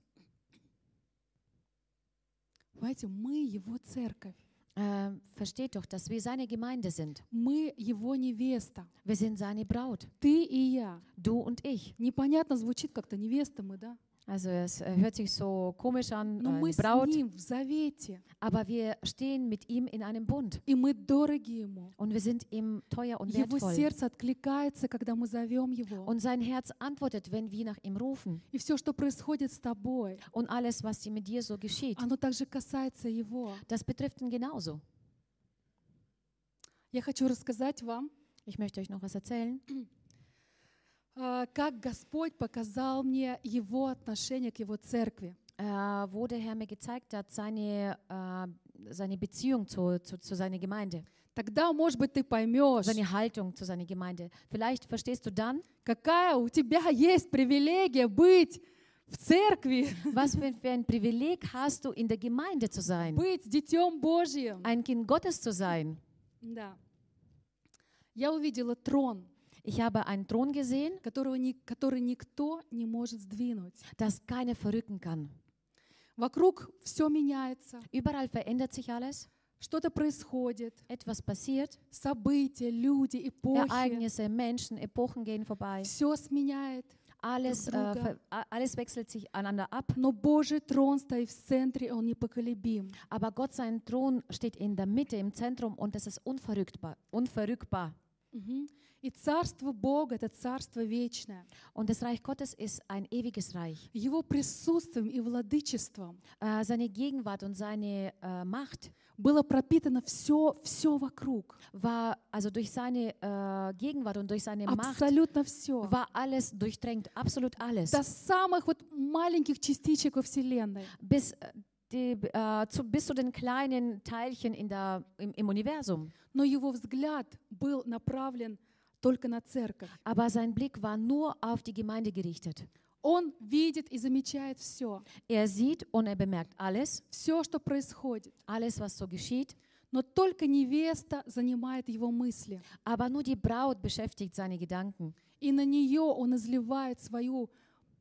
Speaker 1: Понимаете, мы его церковь.
Speaker 2: Äh, versteht doch, dass wir seine Gemeinde sind.
Speaker 1: Мы его невеста.
Speaker 2: Wir sind seine Braut.
Speaker 1: Ты и я.
Speaker 2: Du und ich.
Speaker 1: Непонятно звучит как-то невеста мы, да?
Speaker 2: Also es äh, hört sich so komisch an,
Speaker 1: Но мы
Speaker 2: eine
Speaker 1: с
Speaker 2: Braut.
Speaker 1: ним в завете.
Speaker 2: Aber wir stehen mit ihm in einem Bund.
Speaker 1: И мы дороги ему.
Speaker 2: Und wir sind ihm teuer und
Speaker 1: Его
Speaker 2: wertvoll.
Speaker 1: сердце откликается, когда мы зовем его.
Speaker 2: Und sein Herz antwortet, wenn wir nach ihm rufen.
Speaker 1: И все, что происходит с тобой,
Speaker 2: Und alles, was mit dir so geschieht,
Speaker 1: оно также касается его.
Speaker 2: das betrifft ihn genauso.
Speaker 1: Я хочу рассказать вам,
Speaker 2: Ich möchte euch noch was erzählen,
Speaker 1: а, как Господь показал мне его отношение к его церкви.
Speaker 2: äh, wo der Herr mir gezeigt hat, seine, äh, seine Beziehung zu, zu, zu seiner Gemeinde,
Speaker 1: Тогда, может быть, ты поймешь,
Speaker 2: seine Haltung zu seiner Gemeinde. Vielleicht verstehst du dann,
Speaker 1: какая у тебя есть привилегия быть в церкви,
Speaker 2: was für, für ein Privileg hast du, in der Gemeinde zu sein,
Speaker 1: быть детем Божьим.
Speaker 2: ein Kind Gottes zu sein.
Speaker 1: Да. Я увидела трон,
Speaker 2: Ich habe einen Thron gesehen,
Speaker 1: которого ни- который никто не может сдвинуть.
Speaker 2: das keiner verrücken kann.
Speaker 1: Вокруг все меняется,
Speaker 2: Überall verändert sich alles.
Speaker 1: что-то происходит,
Speaker 2: Etwas passiert.
Speaker 1: события, люди, эпохи.
Speaker 2: Ereignisse, Menschen, Epochen gehen vorbei.
Speaker 1: Все сменяет,
Speaker 2: Alles, äh,
Speaker 1: Drucker.
Speaker 2: ver- a- alles wechselt sich aneinander ab.
Speaker 1: но Божий трон стоит в центре, и он непоколебим.
Speaker 2: Aber Gott, sein Thron steht in der Mitte, im Zentrum und das ist unverrückbar. unverrückbar.
Speaker 1: Мгм. И царство Бога — это царство вечное.
Speaker 2: Und das Reich Gottes ist ein ewiges Reich.
Speaker 1: Его присутствием и владычеством
Speaker 2: Äh, seine Gegenwart und seine äh, Macht
Speaker 1: было пропитано все, все вокруг,
Speaker 2: war, also durch seine äh, Gegenwart und durch seine Macht
Speaker 1: абсолютно все.
Speaker 2: war alles durchdrängt, absolut alles.
Speaker 1: До самых вот маленьких частичек во Вселенной.
Speaker 2: bis, äh, die, äh, zu, bis zu den kleinen Teilchen in der, im, im Universum.
Speaker 1: Но его взгляд был направлен только на церковь.
Speaker 2: Aber sein Blick war nur auf die Gemeinde gerichtet.
Speaker 1: Он видит и замечает все,
Speaker 2: Er sieht und er bemerkt alles,
Speaker 1: все, что происходит.
Speaker 2: alles, was so geschieht.
Speaker 1: Но только невеста занимает его мысли.
Speaker 2: Aber nur die Braut beschäftigt seine Gedanken.
Speaker 1: И на нее он изливает свою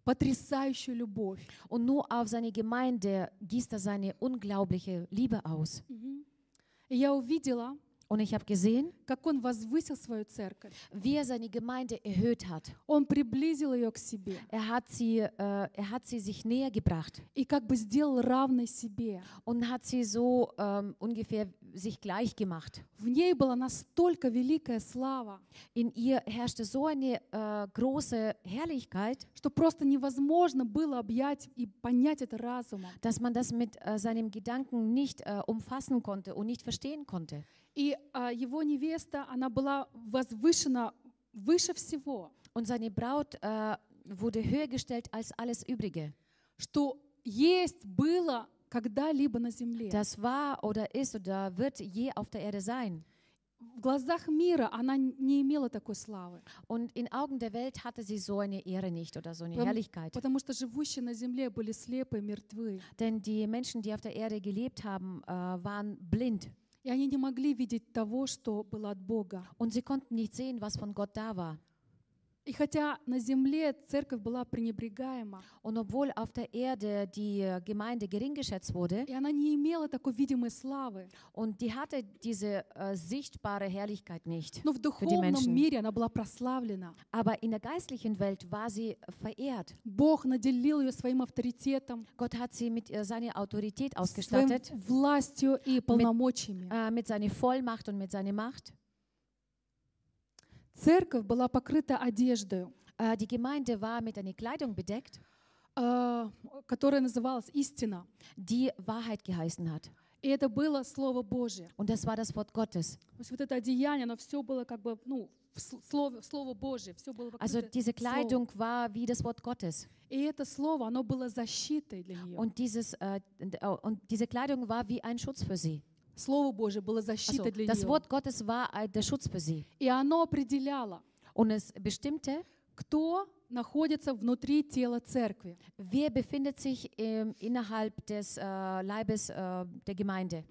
Speaker 1: потрясающую любовь.
Speaker 2: Und nur auf seine Gemeinde gießt er seine unglaubliche Liebe aus.
Speaker 1: И я увидела,
Speaker 2: Und ich habe gesehen,
Speaker 1: как он voзвысил свою церковь.
Speaker 2: wie er seine Gemeinde erhöht hat.
Speaker 1: Он приблизил ее к себе
Speaker 2: Er hat sie, äh, er hat sie sich näher gebracht
Speaker 1: и как бы сделал равной себе.
Speaker 2: und hat sie so ähm, ungefähr sich gleich gemacht.
Speaker 1: В ней была настолько великая слава,
Speaker 2: In ihr herrschte so eine äh, große Herrlichkeit,
Speaker 1: что просто невозможно было объять и понять это разумом.
Speaker 2: dass man das mit äh, seinem Gedanken nicht äh, umfassen konnte und nicht verstehen konnte.
Speaker 1: И а, его невеста, она была возвышена выше всего,
Speaker 2: Und seine Braut äh, wurde höher gestellt als alles Übrige.
Speaker 1: что есть было когда-либо на земле.
Speaker 2: Das war oder ist oder wird je auf der Erde sein.
Speaker 1: В глазах мира она н- не имела такой славы,
Speaker 2: Und in Augen der Welt hatte sie so eine Ehre nicht oder so eine
Speaker 1: Beim-
Speaker 2: Herrlichkeit.
Speaker 1: потому что живущие на земле были слепы, мертвы,
Speaker 2: Denn die Menschen, die auf der Erde gelebt haben, äh, waren blind
Speaker 1: и они не могли видеть того, что было от Бога.
Speaker 2: und sie konnten nicht sehen, was von Gott da war.
Speaker 1: И хотя на земле церковь была пренебрегаема,
Speaker 2: Und obwohl auf der Erde die äh, Gemeinde gering geschätzt wurde
Speaker 1: и она не имела такой видимой славы,
Speaker 2: und die hatte diese äh, sichtbare Herrlichkeit nicht,
Speaker 1: но в
Speaker 2: Menschen.
Speaker 1: духовном мире она была прославлена.
Speaker 2: aber in der geistlichen Welt war sie verehrt.
Speaker 1: Бог наделил ее своим авторитетом,
Speaker 2: Gott hat sie mit äh, seiner Autorität
Speaker 1: своим
Speaker 2: ausgestattet,
Speaker 1: властью и полномочиями.
Speaker 2: äh, mit seiner Vollmacht und mit seiner Macht.
Speaker 1: Церковь была покрыта одеждой,
Speaker 2: Äh, die Gemeinde war mit einer Kleidung bedeckt,
Speaker 1: э, которая называлась «Истина».
Speaker 2: die Wahrheit geheißen hat.
Speaker 1: И это было Слово Божье.
Speaker 2: Und das war das Wort Gottes.
Speaker 1: То есть вот это одеяние, оно все было как бы, ну, в сл- слово, слово Божье, все было вокруг.
Speaker 2: Also diese Kleidung war wie das Wort Gottes.
Speaker 1: И это слово, оно было защитой для нее.
Speaker 2: Und, dieses, äh, d- oh, und diese Kleidung war wie ein Schutz für sie.
Speaker 1: Слово Божье было
Speaker 2: Also,
Speaker 1: защитой для
Speaker 2: das
Speaker 1: нее.
Speaker 2: Wort Gottes war äh, der Schutz für sie.
Speaker 1: И оно определяло,
Speaker 2: Und es bestimmte,
Speaker 1: кто находится внутри тела церкви.
Speaker 2: wer befindet sich ähm, innerhalb des äh, Leibes äh, der Gemeinde.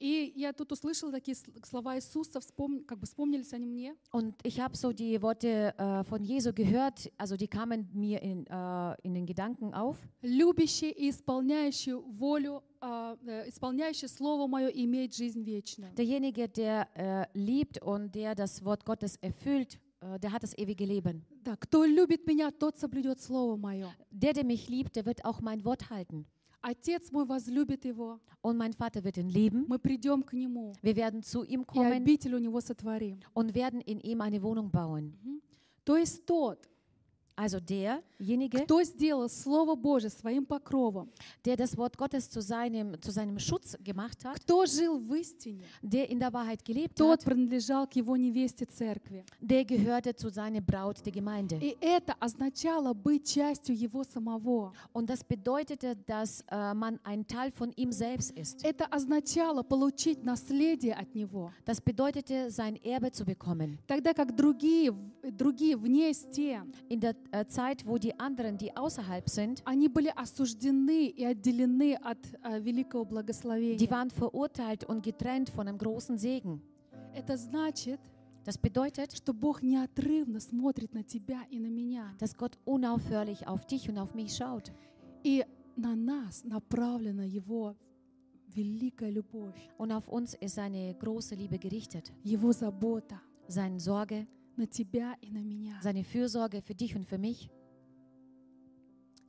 Speaker 1: И я тут услышала такие сл- слова Иисуса, вспом- как бы вспомнились они мне.
Speaker 2: Und ich habe so die Worte äh, von Jesu gehört, also die kamen mir in, äh, in den Gedanken auf.
Speaker 1: «Любящий и исполняющий волю, а, э, исполняющий Слово Мое имеет жизнь вечную».
Speaker 2: Derjenige, der äh, liebt und der das Wort Gottes erfüllt, äh, der hat das ewige Leben.
Speaker 1: Да, кто любит Меня, тот соблюдет Слово Мое.
Speaker 2: Der, der mich liebt, der wird auch mein Wort halten.
Speaker 1: Отец мой возлюбит его,
Speaker 2: Und mein Vater wird ihn lieben.
Speaker 1: мы придем к нему
Speaker 2: Wir werden zu ihm
Speaker 1: и
Speaker 2: kommen
Speaker 1: обитель у него сотворим.
Speaker 2: und werden in ihm eine Wohnung bauen.
Speaker 1: То есть тот,
Speaker 2: Also derjenige,
Speaker 1: кто сделал Слово Божие своим покровом,
Speaker 2: der das Wort Gottes zu seinem, zu seinem Schutz gemacht hat,
Speaker 1: кто жил в истине,
Speaker 2: der in der Wahrheit gelebt
Speaker 1: тот
Speaker 2: hat,
Speaker 1: принадлежал к его невесте церкви.
Speaker 2: der gehörte zu seiner Braut der Gemeinde.
Speaker 1: И это означало быть частью его самого.
Speaker 2: Und das bedeutete, dass äh, man ein Teil von ihm selbst ist.
Speaker 1: Это означало получить наследие от него,
Speaker 2: Das bedeutete, sein Erbe zu bekommen.
Speaker 1: тогда как другие, в- другие вне стен,
Speaker 2: In der äh, Zeit, wo die anderen, die außerhalb sind,
Speaker 1: они были осуждены и отделены от э, великого
Speaker 2: die
Speaker 1: благословения.
Speaker 2: waren verurteilt und getrennt von einem großen Segen.
Speaker 1: Это значит,
Speaker 2: Das bedeutet,
Speaker 1: что Бог неотрывно смотрит на тебя и на меня.
Speaker 2: dass Gott unaufhörlich auf dich und auf mich schaut.
Speaker 1: И на нас направлена Его великая любовь,
Speaker 2: Und auf uns ist seine große Liebe gerichtet.
Speaker 1: Его забота
Speaker 2: Seine Sorge,
Speaker 1: на тебя и на меня.
Speaker 2: seine Fürsorge für dich und für mich.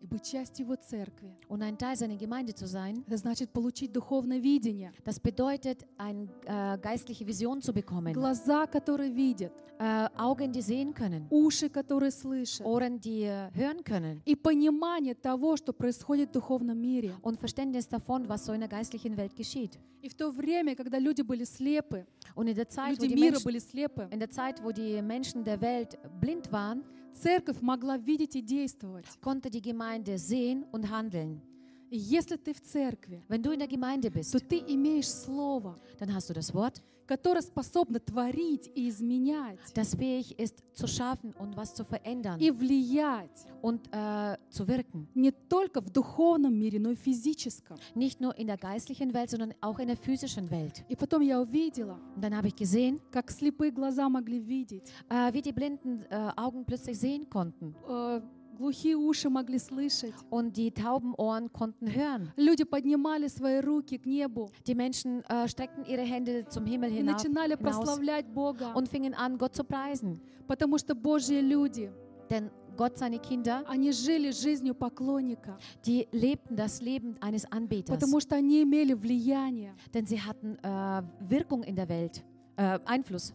Speaker 1: И быть частью Его церкви.
Speaker 2: Und ein Teil seiner Gemeinde zu sein,
Speaker 1: Это значит получить духовное видение.
Speaker 2: das bedeutet, eine äh, geistliche Vision zu bekommen.
Speaker 1: Глаза, которые видят,
Speaker 2: Äh, Augen, die sehen können.
Speaker 1: уши, которые слышат.
Speaker 2: Ohren, die äh, hören können.
Speaker 1: И понимание того, что происходит в духовном мире.
Speaker 2: Und Verständnis davon, was so in der geistlichen Welt geschieht.
Speaker 1: И в то время, когда люди были слепы,
Speaker 2: Und in der Zeit, wo
Speaker 1: люди
Speaker 2: die
Speaker 1: мира
Speaker 2: Menschen,
Speaker 1: были слепы,
Speaker 2: in der Zeit, wo die Menschen der Welt blind waren,
Speaker 1: церковь могла видеть и действовать.
Speaker 2: konnte die Gemeinde sehen und handeln.
Speaker 1: И если ты в церкви,
Speaker 2: Wenn du in der Gemeinde
Speaker 1: то
Speaker 2: bist,
Speaker 1: ты имеешь слово,
Speaker 2: dann hast du das Wort,
Speaker 1: которое способно tворить и изменять,
Speaker 2: das fähig ist zu schaffen und was zu verändern
Speaker 1: и влиять
Speaker 2: und äh, zu wirken.
Speaker 1: не только в духовном мире, но и в физическом.
Speaker 2: Nicht nur in der geistlichen Welt, sondern auch in der physischen Welt.
Speaker 1: И потом я увидела,
Speaker 2: Und dann habe ich gesehen,
Speaker 1: как слепые глаза могли видеть,
Speaker 2: äh, wie die blinden äh, Augen plötzlich sehen konnten
Speaker 1: э, глухие уши могли слышать.
Speaker 2: und die tauben Ohren konnten hören.
Speaker 1: Люди поднимали свои руки к небу
Speaker 2: Die Menschen äh, streckten ihre Hände zum Himmel
Speaker 1: и
Speaker 2: hinauf
Speaker 1: начинали
Speaker 2: hinaus
Speaker 1: прославлять Бога,
Speaker 2: und fingen an, Gott zu preisen.
Speaker 1: потому что Божьи люди,
Speaker 2: Denn Gott, seine Kinder,
Speaker 1: они жили жизнью поклонника,
Speaker 2: die lebten das Leben eines Anbeters.
Speaker 1: потому что они имели влияние.
Speaker 2: Denn sie hatten äh, Wirkung in der Welt, äh, Einfluss.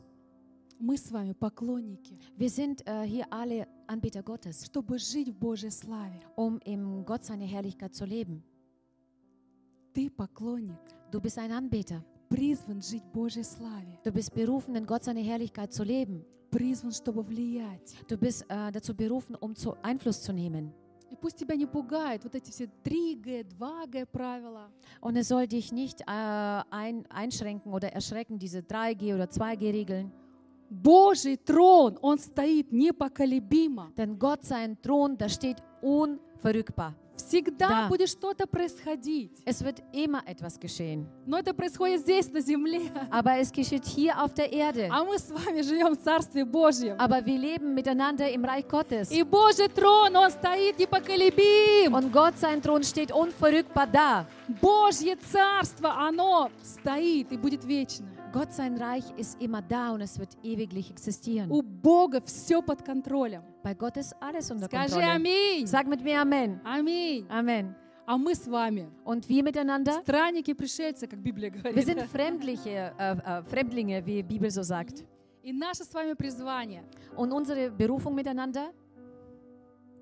Speaker 1: Мы с вами поклонники,
Speaker 2: Wir sind äh, hier alle Anbeter Gottes,
Speaker 1: чтобы жить в Божьей славе.
Speaker 2: um im Gott seine Herrlichkeit zu leben.
Speaker 1: Ты поклонник,
Speaker 2: Du bist ein Anbeter.
Speaker 1: призван жить в Божьей славе,
Speaker 2: Du bist berufen, in Gott seine Herrlichkeit zu leben.
Speaker 1: призван, чтобы влиять,
Speaker 2: Du bist äh, dazu berufen, um zu Einfluss zu nehmen.
Speaker 1: И пусть тебя не пугают вот эти все 3G, 2G правила.
Speaker 2: Und es soll dich nicht äh, ein, einschränken oder erschrecken, diese 3G- oder 2G-Regeln.
Speaker 1: Божий трон, он стоит непоколебимо.
Speaker 2: Denn Gott, sein Thron, da steht unverrückbar.
Speaker 1: Всегда
Speaker 2: Да.
Speaker 1: будет что-то происходить.
Speaker 2: Es wird immer etwas geschehen.
Speaker 1: Но это происходит здесь, на земле.
Speaker 2: Aber es geschieht hier auf der Erde.
Speaker 1: А мы с вами живем в Царстве Божьем.
Speaker 2: Aber wir leben miteinander im Reich Gottes.
Speaker 1: И Божий трон, он стоит непоколебим.
Speaker 2: Und Gott, sein Thron, steht unverrückbar da.
Speaker 1: Божье царство, оно стоит и будет вечно.
Speaker 2: Gott, sein Reich ist immer da und es wird ewiglich existieren.
Speaker 1: У Бога все под контролем.
Speaker 2: Bei Gott ist alles unter
Speaker 1: Скажи
Speaker 2: Kontrolle.
Speaker 1: аминь.
Speaker 2: Sag mit mir Amen.
Speaker 1: Аминь.
Speaker 2: Amen.
Speaker 1: А мы с вами
Speaker 2: Und wir miteinander?
Speaker 1: странники, пришельцы, как Библия
Speaker 2: Wir sind
Speaker 1: говорит.
Speaker 2: Fremdliche, äh, äh, Fremdlinge, wie die Bibel so sagt.
Speaker 1: И наше с вами призвание
Speaker 2: Und unsere Berufung miteinander?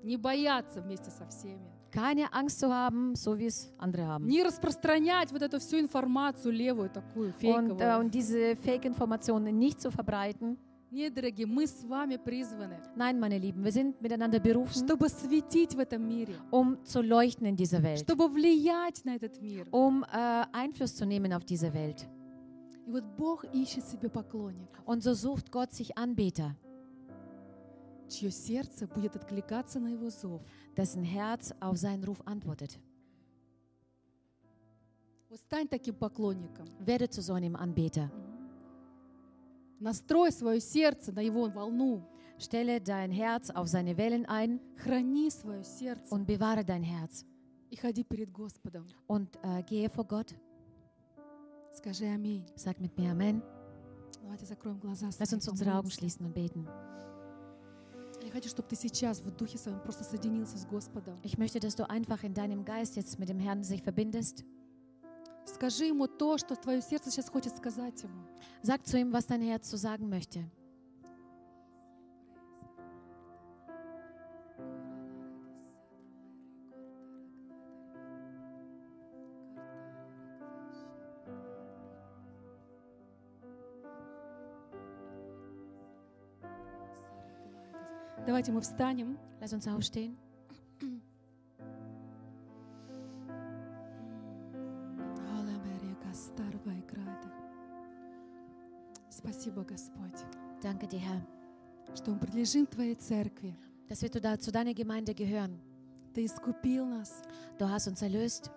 Speaker 1: не бояться вместе со всеми,
Speaker 2: Keine Angst zu haben, so wie es andere haben.
Speaker 1: не распространять вот эту всю информацию левую такую,
Speaker 2: Und, äh,
Speaker 1: фейковую.
Speaker 2: und diese Fake-Informationen nicht zu verbreiten.
Speaker 1: Нет, дорогие, мы с вами призваны,
Speaker 2: Nein, meine Lieben, wir sind miteinander berufen,
Speaker 1: чтобы светить в этом мире,
Speaker 2: um zu leuchten in dieser Welt,
Speaker 1: чтобы влиять на этот мир.
Speaker 2: um äh, Einfluss zu nehmen auf diese Welt.
Speaker 1: И вот Бог ищет себе поклонников,
Speaker 2: Und so sucht Gott sich Anbeter,
Speaker 1: чье сердце будет откликаться на его зов.
Speaker 2: dessen Herz auf seinen Ruf antwortet.
Speaker 1: Вот стань таким поклонником.
Speaker 2: Werde zu so einem Anbeter.
Speaker 1: Настрой свое сердце на его волну.
Speaker 2: Stelle dein Herz auf seine Wellen ein
Speaker 1: Храни свое сердце
Speaker 2: und bewahre dein Herz.
Speaker 1: и ходи перед Господом.
Speaker 2: Und äh, gehe vor Gott.
Speaker 1: Скажи аминь.
Speaker 2: Sag mit mir Amen.
Speaker 1: Давайте закроем глаза.
Speaker 2: Lass
Speaker 1: свои,
Speaker 2: uns unsere Augen
Speaker 1: помолимся.
Speaker 2: schließen und beten.
Speaker 1: Я хочу, чтобы ты сейчас в духе своем просто соединился с Господом.
Speaker 2: Ich möchte, dass du einfach in deinem Geist jetzt mit dem Herrn sich verbindest.
Speaker 1: Скажи ему то, что твое сердце сейчас хочет сказать ему.
Speaker 2: Sag zu ihm, was dein Herz zu sagen möchte.
Speaker 1: Давайте мы встанем.
Speaker 2: Lass uns aufstehen.
Speaker 1: Спасибо, Господь,
Speaker 2: Danke dir, Herr,
Speaker 1: что мы принадлежим Твоей Церкви.
Speaker 2: dass wir zu da- zu deiner Gemeinde gehören.
Speaker 1: Ты искупил нас,
Speaker 2: Du hast uns erlöst.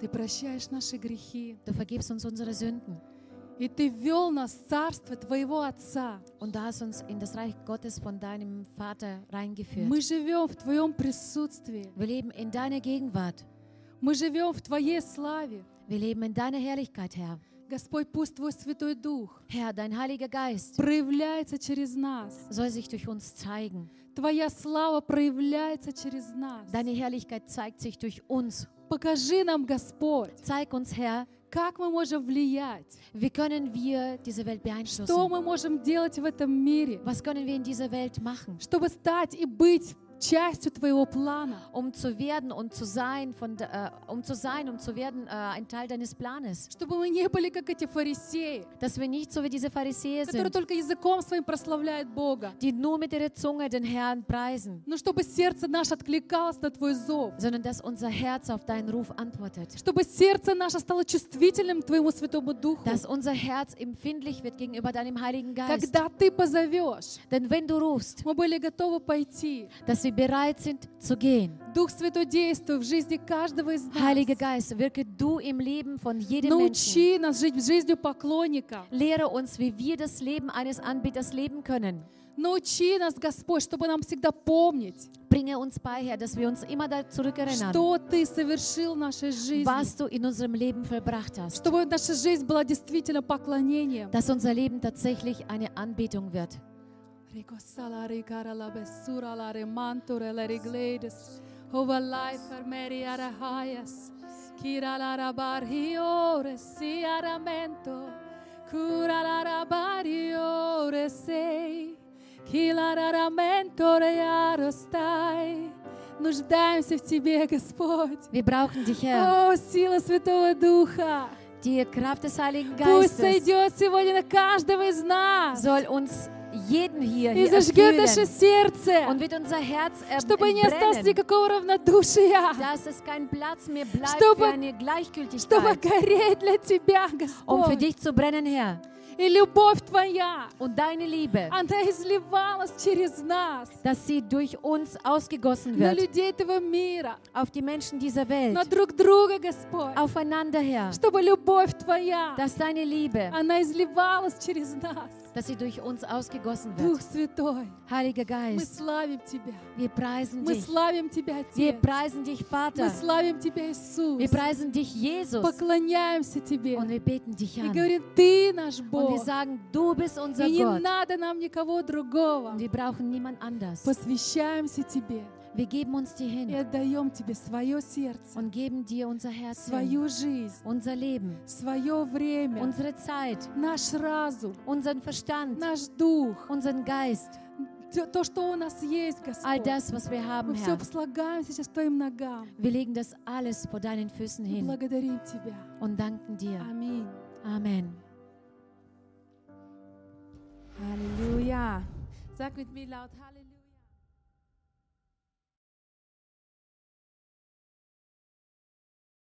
Speaker 1: Ты prощаешь наши грехи,
Speaker 2: Du vergibst uns unsere Sünden.
Speaker 1: и Ты вел нас в Царство Твоего Отца.
Speaker 2: Und du hast uns in das Reich Gottes von deinem Vater reingeführt.
Speaker 1: Мы живем в Твоем присутствии,
Speaker 2: Wir leben in deiner Gegenwart.
Speaker 1: мы живем в Твоей славе.
Speaker 2: Wir leben in deiner Herrlichkeit, Herr.
Speaker 1: Господь, пусть Твой Святой Дух
Speaker 2: Herr, dein Heiliger Geist
Speaker 1: проявляется через нас.
Speaker 2: soll sich durch uns zeigen.
Speaker 1: Твоя слава проявляется через нас.
Speaker 2: Deine Herrlichkeit zeigt sich durch uns.
Speaker 1: Покажи нам, Господь,
Speaker 2: Zeig uns, Herr,
Speaker 1: как мы можем влиять,
Speaker 2: wie können wir diese Welt
Speaker 1: что
Speaker 2: beeinflussen?
Speaker 1: мы можем делать в этом мире,
Speaker 2: Was können wir in dieser Welt machen,
Speaker 1: чтобы стать и быть частью Твоего плана,
Speaker 2: um zu werden und zu sein, von, de- äh, um zu sein, um zu werden, äh, ein Teil deines Planes?
Speaker 1: чтобы мы не были как эти фарисеи,
Speaker 2: Dass wir nicht so wie diese Pharisäer
Speaker 1: которые
Speaker 2: sind,
Speaker 1: только языком своим прославляют Бога,
Speaker 2: die nur mit ihrer Zunge den Herrn preisen,
Speaker 1: но чтобы сердце наше откликалось на Твой зов,
Speaker 2: sondern dass unser Herz auf deinen Ruf antwortet.
Speaker 1: чтобы сердце наше стало чувствительным к Твоему Святому Духу.
Speaker 2: Dass unser Herz empfindlich wird gegenüber deinem Heiligen Geist.
Speaker 1: Когда Ты позовешь,
Speaker 2: Denn wenn du rufst,
Speaker 1: мы были готовы пойти.
Speaker 2: dass wir bereit sind zu gehen,
Speaker 1: Дух Святой действуй в жизни каждого из
Speaker 2: Heiliger
Speaker 1: нас.
Speaker 2: Geist, wirke du im Leben von jedem Menschen.
Speaker 1: Научи нас жить жизнью поклонника.
Speaker 2: Lehre uns, wie wir das Leben eines Anbieters leben können.
Speaker 1: Научи нас, Господь, чтобы нам всегда помнить,
Speaker 2: Bringe uns bei, Herr, dass wir uns immer da zurückerinnern,
Speaker 1: что Ты совершил в нашей жизни.
Speaker 2: was du in unserem Leben vollbracht hast.
Speaker 1: Чтобы наша жизнь была действительно поклонением.
Speaker 2: Dass unser Leben tatsächlich eine Anbetung wird.
Speaker 1: Ricosala ricara la besura la remantore la regledes. Ova life armeri arahayas. Kira la rabar hiore si aramento. Cura la rabar hiore sei. Kila raramento rearostai. Нуждаемся в Тебе, Господь.
Speaker 2: Wir brauchen dich, Herr.
Speaker 1: О, сила Святого Духа!
Speaker 2: Die Kraft des Heiligen
Speaker 1: Пусть
Speaker 2: Geistes
Speaker 1: сойдет сегодня на каждого из нас.
Speaker 2: soll uns jeden hier,
Speaker 1: и
Speaker 2: hier
Speaker 1: зажгет наше
Speaker 2: erfüllen und
Speaker 1: сердце,
Speaker 2: wird unser Herz er-
Speaker 1: чтобы не осталось
Speaker 2: brennen,
Speaker 1: никакого равнодушия,
Speaker 2: dass es kein Platz mehr bleibt
Speaker 1: Чтобы-
Speaker 2: für eine
Speaker 1: чтобы
Speaker 2: Gleichgültigkeit,
Speaker 1: гореть для Тебя,
Speaker 2: um für
Speaker 1: Господь.
Speaker 2: dich zu brennen, Herr.
Speaker 1: И любовь Твоя,
Speaker 2: Und deine Liebe,
Speaker 1: она изливалась через нас
Speaker 2: dass sie durch uns ausgegossen
Speaker 1: на
Speaker 2: wird,
Speaker 1: людей этого мира,
Speaker 2: auf die Menschen dieser
Speaker 1: на
Speaker 2: Welt,
Speaker 1: друг друга, Господь.
Speaker 2: aufeinander, Herr.
Speaker 1: Чтобы любовь Твоя,
Speaker 2: Dass deine Liebe,
Speaker 1: она изливалась через нас.
Speaker 2: dass sie durch uns ausgegossen
Speaker 1: Дух
Speaker 2: wird.
Speaker 1: Святой,
Speaker 2: Heiliger
Speaker 1: мы
Speaker 2: Geist,
Speaker 1: славим Тебя.
Speaker 2: wir preisen
Speaker 1: Мы
Speaker 2: dich.
Speaker 1: славим Тебя,
Speaker 2: Wir
Speaker 1: Отец.
Speaker 2: preisen dich,
Speaker 1: Мы
Speaker 2: Vater.
Speaker 1: славим Тебя, Иисус.
Speaker 2: Wir preisen dich, Jesus.
Speaker 1: Поклоняемся Тебе.
Speaker 2: Und wir beten dich
Speaker 1: И
Speaker 2: an.
Speaker 1: говорим, Ты наш
Speaker 2: Und wir
Speaker 1: Бог.
Speaker 2: sagen, du bist unser
Speaker 1: И не
Speaker 2: Gott.
Speaker 1: надо нам никого другого.
Speaker 2: Und wir brauchen niemand anders.
Speaker 1: Посвящаемся Тебе
Speaker 2: Wir geben uns dir
Speaker 1: и
Speaker 2: hin
Speaker 1: отдаем Тебе свое сердце,
Speaker 2: und geben dir unser Herz, hin,
Speaker 1: свою жизнь,
Speaker 2: unser Leben,
Speaker 1: свое время,
Speaker 2: unsere Zeit,
Speaker 1: наш разум,
Speaker 2: unseren Verstand,
Speaker 1: наш дух,
Speaker 2: unseren Geist,
Speaker 1: те- то, что у нас есть,
Speaker 2: all
Speaker 1: Господь.
Speaker 2: das, was wir haben,
Speaker 1: Мы все
Speaker 2: Herr.
Speaker 1: послагаем сейчас к Твоим ногам.
Speaker 2: Wir legen das alles vor deinen Füßen
Speaker 1: Мы
Speaker 2: hin
Speaker 1: благодарим Тебя.
Speaker 2: und danken dir.
Speaker 1: Аминь.
Speaker 2: Amen.
Speaker 1: Halleluja. Sag mit mir laut Halleluja.